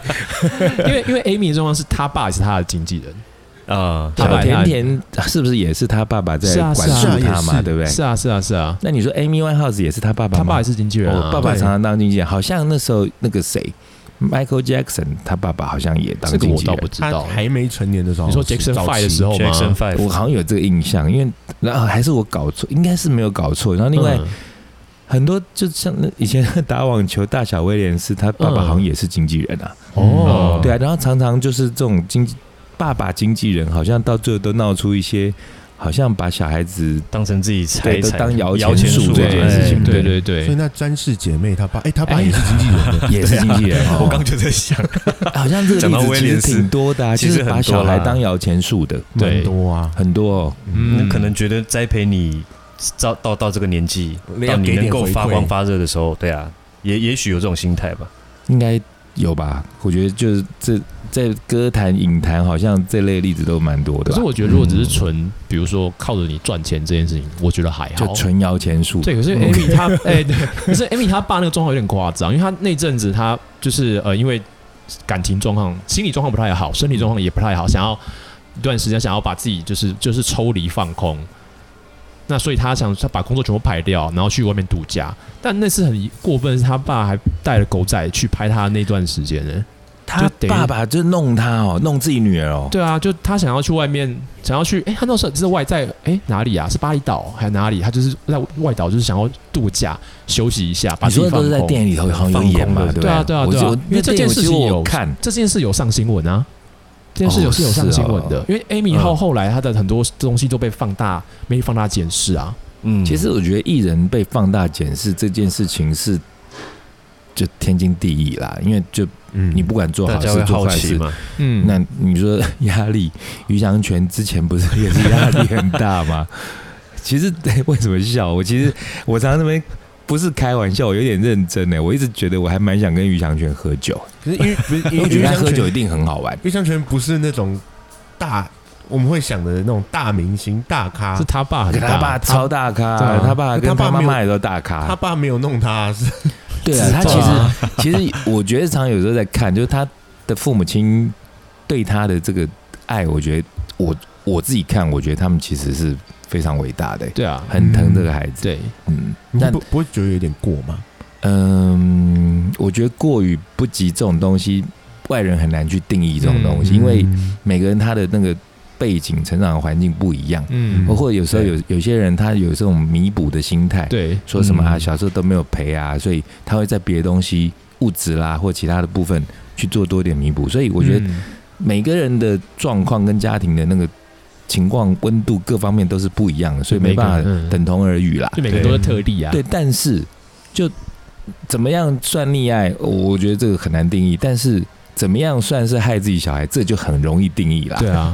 B: 因为因为 Amy 的状况是他爸也是他的经纪人，
C: 啊，
B: 他
D: 小
B: 把
D: 甜甜是不是也是他爸爸在
B: 是啊
D: 管
B: 是啊
D: 束他
A: 也
D: 嘛？
A: 是
D: 对不对？
B: 是啊是啊是啊，
D: 那你说 Amy Winehouse 也是他爸爸
B: 他
D: 吗？哦
B: 爸也是经纪人啊，
D: 我爸爸
A: 对
D: 常常当经纪人，好像那时候那个谁，Michael Jackson，他爸爸好像也当
B: 这个
D: 经
B: 我
D: 纪
B: 倒
D: 人哦
B: 不。知
A: 他
B: 道，
A: 还没成年的时候，
B: 你说 Jackson
A: 早
B: Five
A: 期
B: 的时候吗？
C: Jackson Five，
D: 我好像有这个印象，因为然后还是我搞错，应该是没有搞错。然后另外、
B: 嗯
D: 很多就像那以前打网球大小威廉斯，他爸爸
B: 嗯
D: 好像也是经纪人啊，
B: 哦，
D: 对啊。然后常常就是这种经爸爸经纪人，好像到最后都闹出一些，好像把小孩子
C: 当成自己财
D: 对都
C: 产
D: 当摇
C: 摇
D: 钱
C: 钱
D: 树
C: 树
D: 这件事情，
B: 对
D: 对，
B: 对
A: 所以
B: 对，
A: 那詹氏姐妹她爸，哎，她爸
B: 哎
A: 也是经纪人的，
D: 也是经纪人哦。
C: 我刚就在想，
D: 好像这个
C: 讲到
D: 例子
C: 威
D: 其
C: 廉
D: 实
C: 斯
D: 挺多的、啊，
C: 其
D: 就
C: 实
D: 是把
C: 很多
D: 小孩
C: 啦
D: 当摇钱树的
B: 对
A: 蛮多啊，
D: 很多、哦。
C: 那可能觉得栽培你到到到这个年纪，
A: 要
C: 到你
A: 给点
C: 能够
A: 回馈
C: 发光发热的时候，对啊，也也许有这种心态吧。
D: 应该有吧？我觉得就是这在歌坛、影坛，好像这类例子都蛮多的
B: 可
D: 吧。
B: 是我觉得如果只是
D: 嗯
B: 纯，比如说靠着你赚钱这件事情，我觉得还好
D: 就。纯摇钱树，
B: 对，可是 Amy 她，哎，对，可是 Amy 她爸那个状况有点夸张，因为她那阵子她就是呃，因为感情状况、心理状况不太好，身体状况也不太好，想要一段时间想要把自己就是就是抽离放空。那所以她想她把工作全部排掉，然后去外面度假。但那次很过分，是她爸还带了狗仔去拍她那段时间呢、
D: 他
B: 就等于
D: 爸爸就弄他哦，弄自己女儿哦。
B: 对啊，就他想要去外面，想要去，哎、他那时候是外在，哎、哪里啊？是巴厘岛还是哪里？他就是在外岛，就是想要度假休息一下，把
D: 你
B: 自
D: 说
B: 己
D: 的
B: 放
D: 都是
B: 空。
D: 在电影里头好像有
C: 放
D: 演
C: 空
D: 嘛，
C: 的
D: 不
B: 对啊对啊
D: 我
B: 对啊
D: 我
B: 因为这件事情
D: 我
B: 有
D: 看，
B: 这件事有上新闻啊，这件事有
D: 哦
B: 是啊有上
D: 是
B: 新
D: 哦
B: 闻的，因为 Amy
C: 嗯
B: 后后来她的很多东西都被放大，没放大检视啊。
C: 嗯，
D: 其实我觉得艺人被放大检视这件事情是就天经地义啦，因为就
A: 嗯，
D: 你不管做
C: 大
D: 好
C: 家会
D: 事做
C: 好
D: 坏
C: 奇
D: 事，
C: 嘛，
B: 嗯
D: 那你说压力，于祥全之前不是也是压力很大吗？ 其实为什么笑？我其实我常常那边不是开玩笑，我有点认真欸呢。我一直觉得我还蛮想跟于祥全喝酒，
A: 可是因为不是因为
D: 因为我觉
A: 于
D: 得他
A: 香
D: 喝酒
A: 泉
D: 一，定很好玩。
A: 于香泉不是那种大我们会想的那种大明星、大咖
B: 是，他爸很
D: 啊可他
B: 大，
D: 爸超大咖，
B: 对啊
D: 他爸
A: 他
D: 跟
A: 爸
D: 他妈
A: 没有
D: 妈也都大咖
A: 他。爸没有弄他，是
D: 对啊，
B: 制
D: 他
B: 造
D: 其实
B: 啊
D: 其实我觉得常有时候在看，就是他的父母亲对他的这个爱，我觉得我我自己看，我觉得他们其实是非常伟大的、
B: 对啊，
D: 很疼这个孩子。
B: 对，
D: 嗯，
A: 你
D: 但
A: 不不会觉得有点过吗？
D: 嗯，我觉得过于不及这种东西，外人很难去定义这种东西，因为
A: 嗯
D: 每个人他的那个背景、成长的环境不一样，
B: 嗯，
D: 或者有时候有有些人他有这种弥补的心态，
B: 对，
D: 说什么啊，
A: 嗯
D: 小时候都没有陪啊，所以他会在别的东西、物质啦或其他的部分去做多一点弥补。所以我觉得
B: 嗯
D: 每个人的状况跟家庭的那个情况、温度各方面都是不一样的，所以没办
B: 每个人
D: 法
B: 嗯
D: 等同而语啦。
B: 就每个人都是特例啊，
D: 对，但是就怎么样算溺爱，我觉得这个很难定义。但是怎么样算是害自己小孩，这就很容易定义啦。
B: 对啊，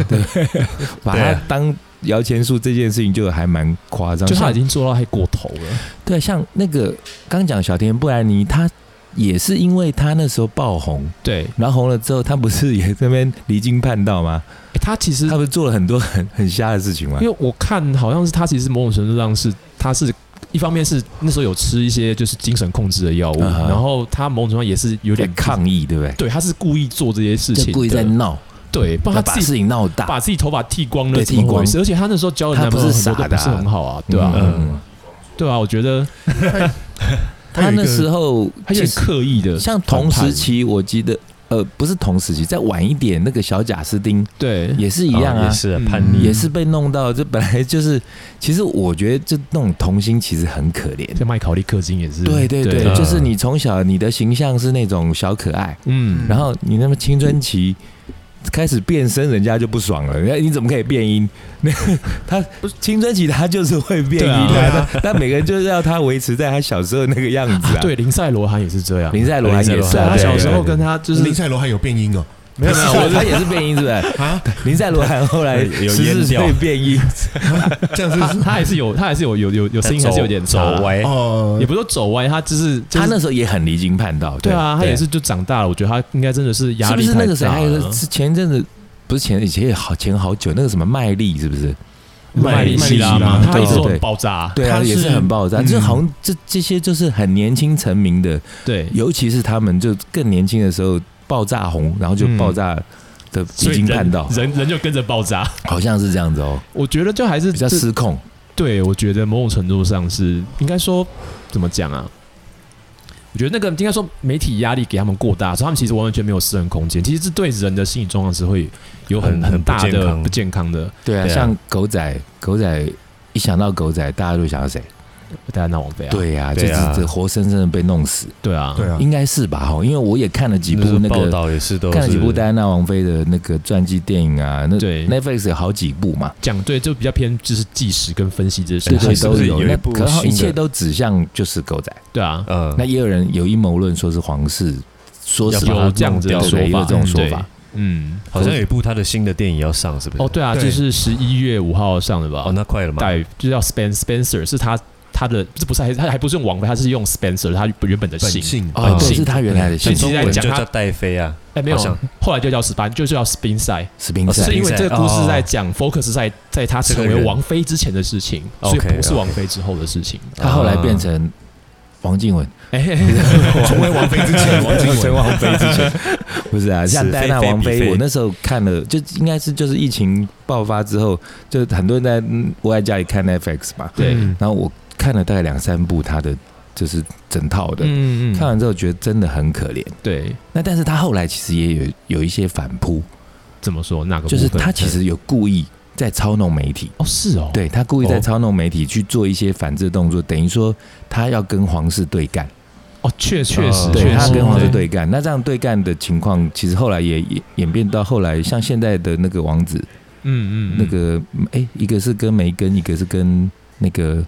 D: 把
C: 对
D: 它
C: 啊
D: 当摇钱树这件事情就还蛮夸 张，
B: 就他
D: 像
B: 已经做到太过头了，
D: 对，像那个刚讲小田布兰妮，她也是因为她那时候爆红，
B: 对，
D: 然后红了之后，她不是也这边离经叛道吗？
B: 欸他其实
D: 她不是做了很多很很瞎的事情吗
B: 因？为我看好像是他其实某种程度上是他是一方面是那时候有吃一些就是精神控制的药物，
D: 嗯哼
B: 然后他某种程度上也是有
D: 有点
B: 点，
D: 抗议，对不对？
B: 对，他是故意做这些事情
D: 就
B: 的，
D: 故意在闹，
B: 对，不
D: 要
B: 然
D: 把
B: 他自
D: 事
B: 己
D: 情闹大。
B: 把自己头发剃光了，
D: 对
B: 怎么
D: 剃光
B: 回事而且他那时候交的
D: 他
B: 男朋
D: 不
B: 友
D: 是
B: 很多都
D: 傻的
B: 不是
D: 啊
B: 很好啊，对啊，
D: 嗯
A: 嗯
B: 对啊，我觉得
D: 她那时候
B: 他有
D: 其
B: 点
D: 实
B: 刻意的，
D: 像同时期，我记得呃，不是同时期，再晚一点，那个小贾斯汀
B: 对，
D: 也是一样
C: 哦也
D: 啊。
C: 是啊
B: 嗯
C: 叛逆，
D: 也是被弄到，这本来就是，其实我觉得这那种童星其实很可怜，
B: 像麦考利氪金也是，
D: 对对对，啊
C: 对
D: 就是你从小你的形象是那种小可爱，
B: 嗯，
D: 然后你那么青春期开始变声，人家就不爽了，人哎家你怎么可以变音？那他青春期他就是会变音
B: 对
D: 啊，但但每个人就是要他维持在他小时候那个样子啊。，
B: 对林赛罗韩也是这样，
D: 林赛罗还也
C: 林
D: 是
C: 赛
B: 他
C: 罗
D: 啊，
C: 韩
D: 对
B: 小时
D: 对
B: 候
D: 对
B: 跟他就
A: 就是是林赛罗还有变音哦
D: 没有没有，
B: 我
D: 我他也是变音是不是？
A: 啊，
D: 林赛罗韩后来
C: 有有
D: 十四
C: 阉掉
D: 岁变音，
A: 这样
B: 他
A: 子
B: 他还是有他还是有有有有声音还是有点
C: 走
B: 差啊啦
C: 歪，
A: 哦
B: 也，不是说走歪，他就是
D: 他
B: 就是
D: 那时候也很离经叛道。
B: 对啊，他也是就长大了，我觉得他应该真的是压
D: 是不
B: 力
D: 是那
B: 太
D: 个谁？
B: 大
D: 还有一个
B: 了。
D: 是前一阵子，不是前以前也好前好久，那个什么麦丽是不是？
B: 麦里希拉
A: 麦
B: 嘛，
A: 里希拉
B: 他一直
D: 对
B: 都
D: 对
B: 很爆炸，
D: 对啊，
A: 他是
D: 也是很爆炸，
A: 嗯
D: 就好像这这些就是很年轻成名的，
B: 对，
D: 尤其是他们就更年轻的时候爆炸红，然后就爆炸的
B: 所
D: 离
B: 以
D: 经叛
B: 人
D: 道，
B: 人人就跟着爆炸。
D: 好像是这样子哦，
B: 我觉得就还是
D: 比较
B: 呃这
D: 失控。
B: 对，我觉得某种程度上是应该说怎么讲啊？我觉得那个应该说媒体压力给他们过大，所以他们其实完全没有私人空间。其实这对人的心理状况是会有很
C: 很很不
B: 大
C: 健
B: 的
C: 康
B: 不健康的。
D: 对啊，
C: 对啊
D: 像狗仔，狗仔一想到狗仔，大家就想到谁？
B: 大家闹王菲啊，
D: 对呀，就
C: 对
D: 是
C: 啊
D: 这活生生的被弄死，
B: 对啊，
A: 对啊，
D: 应该是吧？哈，因为我也看了几部
C: 就是
D: 那
C: 报
D: 个。
C: 道也是都
D: 看了几部
C: 是
D: 戴安娜王妃的那个传记电影啊，那
B: 对
D: Netflix 有好几部嘛，
B: 讲对就比较偏就是纪实跟分析这些
D: 对
B: 事情。
D: 对
C: 是
D: 都
C: 不是有一
D: 那
C: 部
D: 可好，
C: 新
D: 一
C: 的
D: 切都指向就是狗仔。
B: 对啊，
C: 呃
D: 那也有人有阴谋论说是皇室，说是
B: 有这样子的
D: 对
B: 说
D: 对也
B: 法，
D: 有这种说
B: 对
D: 法。，
B: 嗯，
C: 好像有一部他的新的电影要上，是不是？
B: 哦，对啊，
A: 对
B: 就是十一月五号上的吧？
C: 哦，那快了嘛，
B: 对，就叫 Spen Spencer，是他他的这不是还他还不是用王菲，他是用 Spencer 他原本的
A: 本
B: 姓。
A: 性
C: 哦
D: 哦，
C: 嗯
D: 对，
B: 信
D: 是他原来的
C: 但
D: 信
B: 其
C: 中
B: 实
C: 文
B: 在
C: 就
B: 讲他
C: 叫戴飞啊，
B: 哎，没有
C: 好像，
B: 后来就叫 Spen，就是叫 Spin s i
D: 史宾
B: d
D: 塞
B: 是因为
C: Spinside，
B: 这个故事
C: 哦
B: 在讲 focus 在在他成
C: 这个
B: 为
C: 人
B: 王菲之前的事情，所以
C: OK，
B: 不是
C: OK
B: 王菲之后的事情。
D: 他后来变成王静雯，
B: 哎，
A: 成为王菲之前， 王静
D: 成
A: 雯
D: 王妃之前， 不是啊，
C: 是
D: 像戴安娜
C: 非非
D: 王
C: 比
D: 妃，
C: 非
D: 我那时候看了，就应该是就是疫情爆发之后，就很多人在嗯窝在家里看 Netflix 嘛，
B: 对，嗯
A: 嗯
D: 然后我看了大概两三部他的就是整套的，
B: 嗯，嗯
D: 看完之后觉得真的很可怜。
B: 对，
D: 那但是他后来其实也有有一些反扑，
B: 怎么说哪个部
D: 就
B: 分？
D: 是他其实有故意在操弄媒体，
B: 哦是哦，
D: 对他故意在
C: 哦
D: 操弄媒体去做一些反制动作，等于说他要跟皇室对干，
B: 哦确确实
C: 哦
D: 对
B: 确
D: 他
B: 实
D: 跟皇室
B: 对
D: 对干。那这样对干的情况，其实后来也也演变到后来，像现在的那个王子，
B: 嗯嗯，嗯
D: 那个哎、一个是跟梅根，一个是跟那个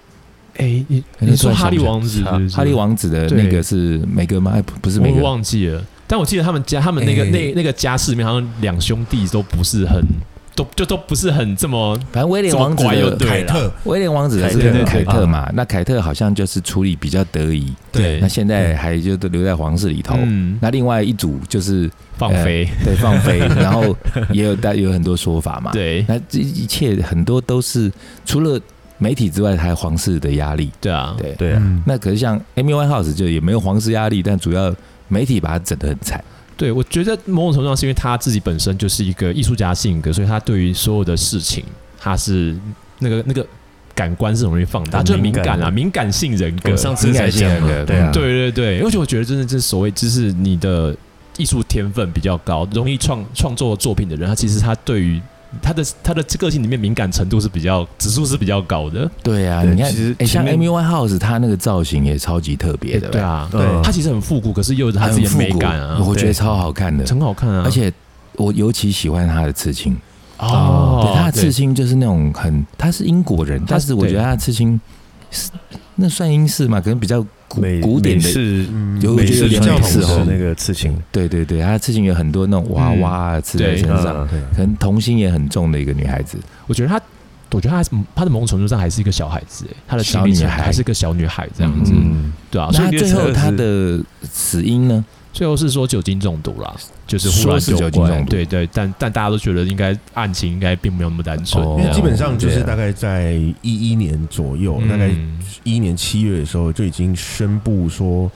B: 哎，你
D: 那
B: 你
D: 突
B: 说
D: 然
B: 哈利
D: 想不起来
B: 王子是不是
D: 哈利王子的
B: 对
D: 那个是梅根吗？哎，不不是
B: 我
D: 梅根，
B: 忘记了，但我记得他们家他们那个、
A: 哎
B: 那那个家世里面好像两兄弟都不是很都就都不是很这么
D: 反正威廉王子
B: 走拐又
D: 的
B: 对
A: 凯
B: 啦
A: 特，
D: 威廉王子的是
C: 凯
D: 跟
C: 特
D: 凯
C: 对
D: 特
C: 对
D: 嘛，那凯特好像就是处理比较得宜，
B: 啊对
D: 那现在还就都留在皇室里头。
B: 嗯
D: 那另外一组就是
B: 放飞，
D: 对，放飞，然后也有大有很多说法嘛。，
B: 对
D: 呃那这一切很多都是除了媒体之外，还有皇室的压力。
B: 对啊，
D: 对，
C: 对啊，
A: 嗯，
D: 那可是像 Amy Winehouse 就也没有皇室压力，但主要媒体把它整得很惨。
B: 对，我觉得某种程度上是因为他自己本身就是一个艺术家性格，所以他对于所有的事情，他是那个那个感官是很容易放大，
C: 很
B: 就是敏
C: 敏感
B: 感啊，
C: 的
B: 敏感性人
C: 我
B: 格。
C: 们上次才讲嘛
D: 应该是这样
C: 对啊，
B: 对对对，而且我觉得真的，这所谓就是你的艺术天分比较高，容易创创作作品的人，他其实他对于他的他的个性里面敏感程度是比较指数是比较高的。
D: 对啊，
C: 对
D: 你看
C: 其实，
D: 哎，像
C: 前
D: Amy
C: 面
D: Winehouse 她那个造型也超级特别的，
B: 对，啊，
C: 对
B: 他其实很复古，可是又有他
D: 嗯很
B: 自己的
D: 复
B: 美
D: 古
B: 感啊，
D: 我觉得
C: 对
D: 超好看的，
B: 很好看啊，
D: 而且。我尤其喜欢她的刺青，
B: 哦，
D: 对她的刺
B: 对
D: 青就是那种很，她是英国人，
B: 她
D: 但
B: 是
D: 是我觉得她的刺青是那算英式嘛，可能比较古
C: 美
D: 古典
C: 美
D: 的
C: 式
A: 嗯
D: 有
C: 美
D: 我觉得
C: 式
D: 有点
C: 传
D: 类
C: 统
D: 似哦
C: 的那个刺青，
D: 对对对，她的刺青有很多那种娃娃啊刺在
B: 嗯对
D: 身上，
C: 嗯
A: 对
D: 可能童心也很重的一个女孩子。
B: 我觉得他，我觉得他他的某种程度上还是一个小孩子，哎他的心
D: 小
B: 理
D: 女
B: 层
D: 孩
B: 还是个小女孩这样子，
C: 嗯，
B: 对啊，所以
D: 那
C: 你的
D: 最后
C: 测
D: 她
C: 是
D: 的死因呢？
B: 最后是说酒精中毒啦，就是忽然
D: 说是
B: 就
D: 酒精
B: 怪
D: 中毒
B: 对对，但但大家都觉得应该案情应该并没有那么单纯，
D: 哦
A: 因为基本上就是
D: 对啊
A: 大概在一一年左右，大概
B: 嗯
A: 一一年七月的时候就已经宣布说，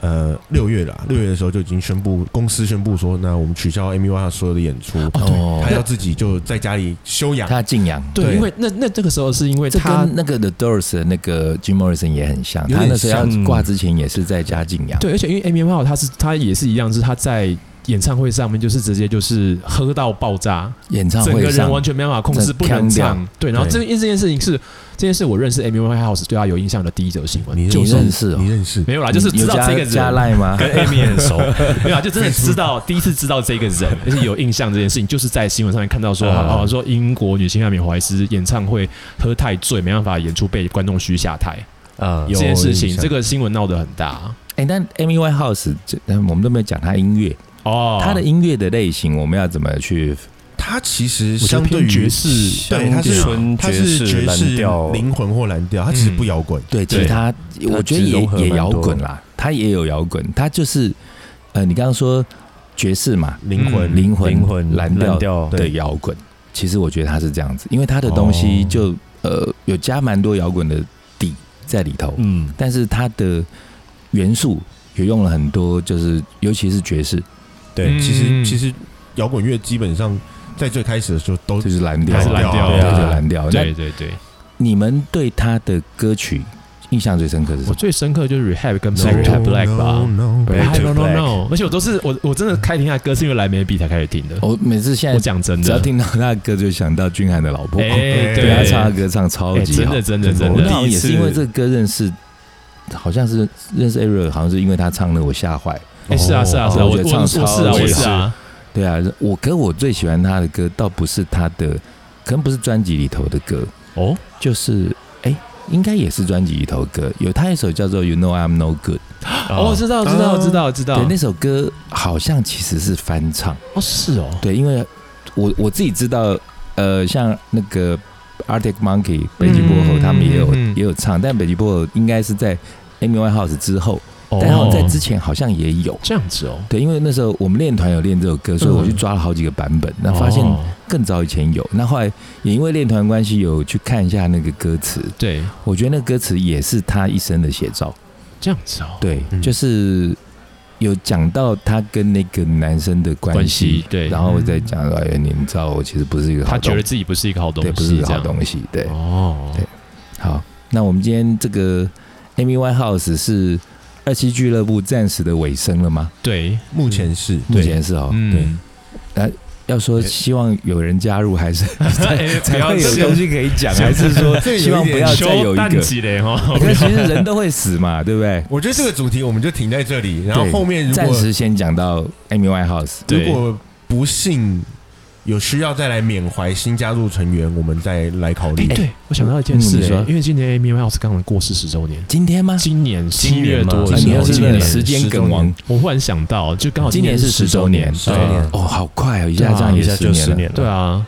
A: 呃，六月啦，六月的时候就已经宣布，公司宣布说，那我们取消 Amy w i 所有的演出，
D: 哦
A: 他要自己就在家里休养。
D: 她静养。
B: 对，
A: 对
B: 因为那那这个时候是因为
D: 这
B: 他
D: 跟那个 The Doors 的那个 Jim Morrison 也很像，
A: 有
D: 他
A: 点
D: 那时候
C: 像
D: 要挂之前也是在家静养。
B: 对，而且因为 Amy Winehouse 她是她也是一样，是她在演唱会上面就是直接就是喝到爆炸，
D: 演唱
B: 整
D: 会
B: 个人
D: 上
B: 完全没办法控制，
D: 这
B: 不能
D: 腔调
B: 唱。对，然后这
A: 对
B: 因为这件事情是这件事，我认识 Amy Winehouse 对她有印象的第一则新闻，
A: 你
B: 就
D: 你
B: 是
D: 认识哦
A: 你认识
B: 没有啦，啊就是知道
D: 有加
B: 这个
D: 加
B: 人。
D: 赖吗？
C: 跟 Amy 很熟，
B: 没有啊啦，就真的知道第一次知道这个人，而且有印象这件事情，就是在新闻上面看到说，
C: 嗯
B: 哦，说英国女星艾米怀斯演唱会喝太醉，没办法演出被观众嘘下台
C: 啊，
B: 这件事情
A: 印，象
B: 这个新闻闹得很大
D: 哎，但 Amy Winehouse，这嗯我们都没有讲她音乐，
B: 哦。
D: 她的音乐的类型，我们要怎么去？
A: 他其实
B: 我觉
A: 相
B: 得
A: 对
B: 偏
A: 于
B: 爵士
A: 对，他是
C: 纯
A: 他
C: 爵
A: 是
C: 士
A: 爵
C: 蓝
A: 士
C: 调
A: 灵魂或蓝调，他
B: 嗯
A: 其实不摇滚。
D: 对，其实
B: 对
D: 她我觉得
C: 其实
D: 也
C: 融合蛮
D: 也
C: 多
D: 摇滚啦，她也有摇滚，她就是呃，你刚刚说爵士嘛，
A: 灵魂
B: 嗯
D: 灵魂
C: 灵魂
D: 蓝调
C: 蓝调，
D: 的摇滚，其实我觉得她是这样子，因为她的东西
A: 哦
D: 就呃有加蛮多摇滚的底在里头，
C: 嗯，
D: 但是它的元素也用了很多，就是尤其是爵士，
C: 对
B: 嗯，
A: 其实其实摇滚乐基本上在最开始的时候都
D: 这就是蓝调，
B: 还是蓝调对
D: 对，
B: 啊
D: 这就是蓝调。
B: 对
D: 那
B: 对对，
D: 你们对他的歌曲印象最深刻是什
B: 我
D: 么？
B: 最深刻就是 Rehab 跟
C: No,
B: Black Cat Black 吧。
A: No, no,
C: Black
B: I
C: to
B: don't
C: Black
B: know，而且我都是我我真的开听他的歌是因为莱梅比才开始听的。
D: 我每次现
B: 我
D: 在
B: 讲真
D: 只要
B: 的，
D: 听到他的歌，就想到俊涵的老婆，
B: 哎，
D: 对他
B: 对，
D: 唱的歌唱超
B: 哎
D: 级
B: 真
D: 好
B: 的。真的真
D: 我那
B: 的，
D: 好像
C: 第
D: 也是
C: 一次
D: 因为这个歌认识，好像是认识 Ariel，好像是因为他唱的《我吓坏》。
B: 哎是啊是啊是啊，
D: 我
B: 我
D: 觉得
B: 我
D: 唱
B: 是啊
D: 超
B: 我
C: 级
B: 是啊，
D: 对啊，我可我最喜欢他的歌，倒不是他的，可能不是专辑里头的歌，
B: 哦
D: 就是哎、应该也是专辑里头的歌，有他一首叫做《You Know I'm No Good》，
B: 哦，知道知道知道知
D: 对
B: 道，，
D: 那首歌好像其实是翻唱，
B: 哦是哦，
D: 对，因为我我自己知道，呃，像那个 Arctic Monkey 北极波猴他们也有、
B: 嗯嗯嗯嗯
D: 也有唱，但北极波猴应该是在 Amy Winehouse 之后，
B: 哦
D: 但好像在之前好像也有。
B: 这样子哦，
D: 对，因为那时候我们练团有练这首歌，所以我去抓了好几个版本，那、发现
B: 嗯哦
D: 更早以前有，那后来也因为练团关系有去看一下那个歌词，
B: 对
D: 我觉得那歌词也是他一生的写照。
B: 这样子哦，
D: 对，
A: 嗯
D: 就是有讲到他跟那个男生的关
B: 关
D: 系
B: 系，对
D: 然后我再讲到，哎，你知道我其实不是一个好
B: 他
D: 东
B: 觉得自己不是一个好东
D: 对，不是
B: 西，
D: 一个
B: 这
D: 好
B: 样
D: 东西，对，
B: 哦，
D: 对好，那我们今天这个 Amy Winehouse 是二期俱乐部暂时的尾声了吗？
B: 对，
A: 目前是
D: 目前是哦，对，
B: 嗯，
D: 要说希望有人加入，还是
B: 哎不
D: 才
B: 要
D: 会有
B: 这样
D: 东西可以讲，还是 说
A: 这有一点
D: 希望不要再有一
B: 蛋
D: 个？哎
B: 级嘞哦哈，
D: 可是其实人都会死嘛，对不对？
A: 我觉得这个主题我们就停在这里，然后
D: 对
A: 后面如
D: 暂
A: 果
D: 时先讲到 Amy Winehouse，
A: 如
B: 对
A: 果不幸有需要再来缅怀新加入成员，我们再来考虑
B: 哎、。对我想到一件事、
D: 嗯你说
B: 哎因为今年 Amy Winehouse 刚好过世十周年，
D: 今天吗？
B: 今年七月多
D: 啊
B: 的
C: 今
D: 你
B: 时
D: 又
B: 候，
D: 是
B: 今
D: 那个
B: 年
D: 时间梗王，
B: 我忽然想到，就刚好
D: 哦今年
B: 是
D: 是十周年，
A: 十周
B: 对
A: 年
D: 哦，好快哦，一下
B: 对啊
D: 这样也
C: 一下就十
D: 年了。
C: 年了，
B: 对啊，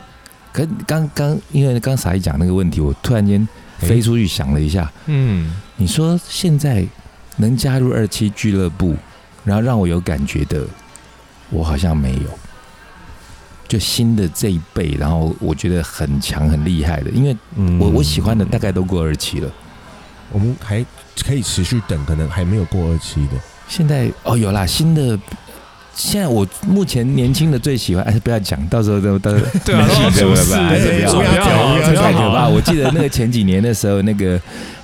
D: 可刚刚因为刚才讲那个问题，我突然间飞出去想了一下，
B: 嗯，
D: 你说现在能加入二期俱乐部，然后让我有感觉的，我好像没有。就新的这一辈，然后我觉得很强很厉害的，因为
C: 嗯
D: 我我喜欢的大概都过二期了。
A: 我们还可以持续等，可能还没有过二期的。
D: 现在哦有啦，新的现在我目前年轻的最喜欢，哎不要讲，到时候都到时候
B: 对啊
D: 没戏
B: 然后
D: 对不
B: 出事
D: 对还是不
A: 哎
D: 要
A: 不要讲不要
D: 这
A: 讲
D: 太可
B: 好
D: 怕！我记得那个前几年的时候，那个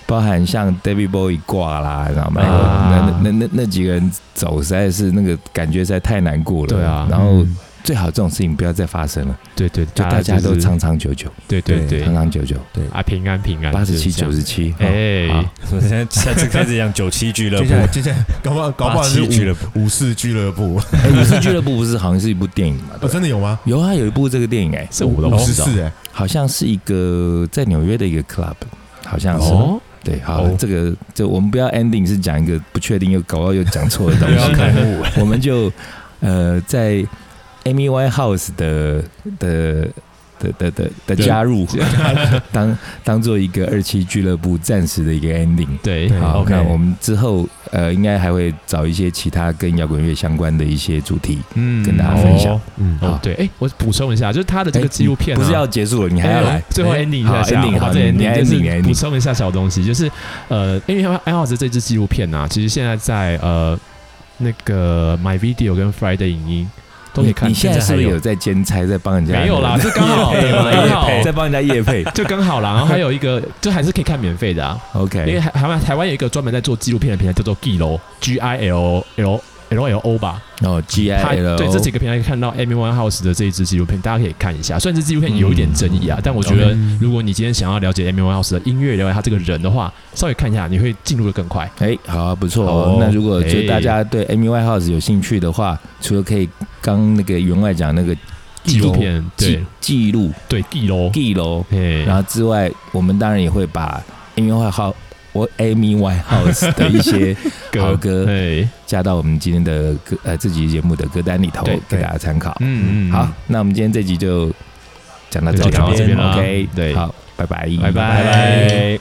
D: 包含像 David Bowie 挂啦，你知道吗？
B: 啊
D: 那那那那几个人走，实在是那个感觉实在太难过了。
B: 对啊
D: 然后最好这种事情不要再发生了，
B: 对对，
D: 就大家
B: 就
D: 都
B: 是
D: 长长久久，
B: 对对
A: 对
B: 对
D: 长长久久，
B: 啊，平安平安，
D: 八十七、
B: 就是这
D: 九
B: 样
D: 十七，好
B: 哎，
C: 我现在下次开始讲九七俱乐
A: 接
C: 部
A: 下来，接下来搞不好搞不好
C: 八
A: 是
C: 七俱乐
A: 五
C: 部，
A: 五四俱乐部，
D: 哎，五四俱乐部不是好像是一部电影嘛？对
A: 哦，
D: 不对
A: 真的有吗？
D: 有啊，有一部这个电影哎、
B: 这我都
A: 五
B: 不
A: 十
B: 知道
A: 四哎，
D: 好像是一个在纽约的一个 club，好像是、
B: 哦，
D: 对。好，
B: 哦
D: 这个就我们不要 ending 是讲一个不确定又搞到又讲错的 东
C: 不要
D: 西，
C: 看我，
D: 我们就呃在 Amy Winehouse 的的。的的的的
B: 对
D: 加入， 当当做一个二期俱乐部暂时的一个 ending。
B: 对
A: 对
D: 好
C: OK
D: 那我们之后呃，应该还会找一些其他跟摇滚乐相关的一些主题。
B: 嗯
D: 跟大家分享
B: 哦
A: 嗯，
B: 哦
D: 好，
B: 对，哎，我补充一下，就是他的这个
D: 哎
B: 纪录片啊
D: 不是要结束了，你还
B: 哎
D: 要来
B: 我最后 ending 一下下，
D: 好，ending
B: 好，
D: 好
B: 这
D: 你你
B: ending 就
D: ending，
B: 是
D: ending
B: 补充一下小东西，就是呃，因为爱好者这支纪录片啊，其实现在在呃那个 My Video 跟 Friday 影音都可以看，
D: 你现在是
B: 还
D: 不是有在兼差，在哎帮人家？
B: 没有 啦？是刚好
D: 业配
B: 刚好
D: 业配在帮人家夜配
B: 就刚好啦，然后还有一个，就还是可以看免费的啊，因 为
D: ？OK，
B: 台台湾台湾有一个专门在做纪录片的平台叫做 Gilo G I L L L L O 吧，
D: 哦，G I
B: 它
D: L，
B: 对这几个平台可以看到 Amy Winehouse 的这一支纪录片，大家可以看一下。虽然这纪录
D: 嗯
B: 片有一点争议啊，但我觉得
A: OK
B: 如果你今天想要了解 Amy Winehouse 的音乐，了解她这个人的话，稍微看一下，你会进入的更快。
D: 哎，好啊，不错
B: 好
D: 哦。那如果
B: 哎
D: 就大家对 Amy Winehouse 有兴趣的话，除了可以刚那个员外讲那个
B: 纪录片
D: 记
B: 对
D: 记录
B: 对 Gilo，
D: 记录，
B: 哎，
D: 然后之外，我们当然也会把 Amy Winehouse 我 Amy Winehouse 的一些好歌
B: 哎，
D: 加到我们今天的歌呃这集节目的歌单里头
B: 对，
D: 给大家参考。
B: 嗯嗯，
D: 好，，那我们今天这集就讲到这
B: 就
D: 里，
B: 讲到这边啦
D: OK，
B: 对
D: 好，拜拜，
B: 拜拜。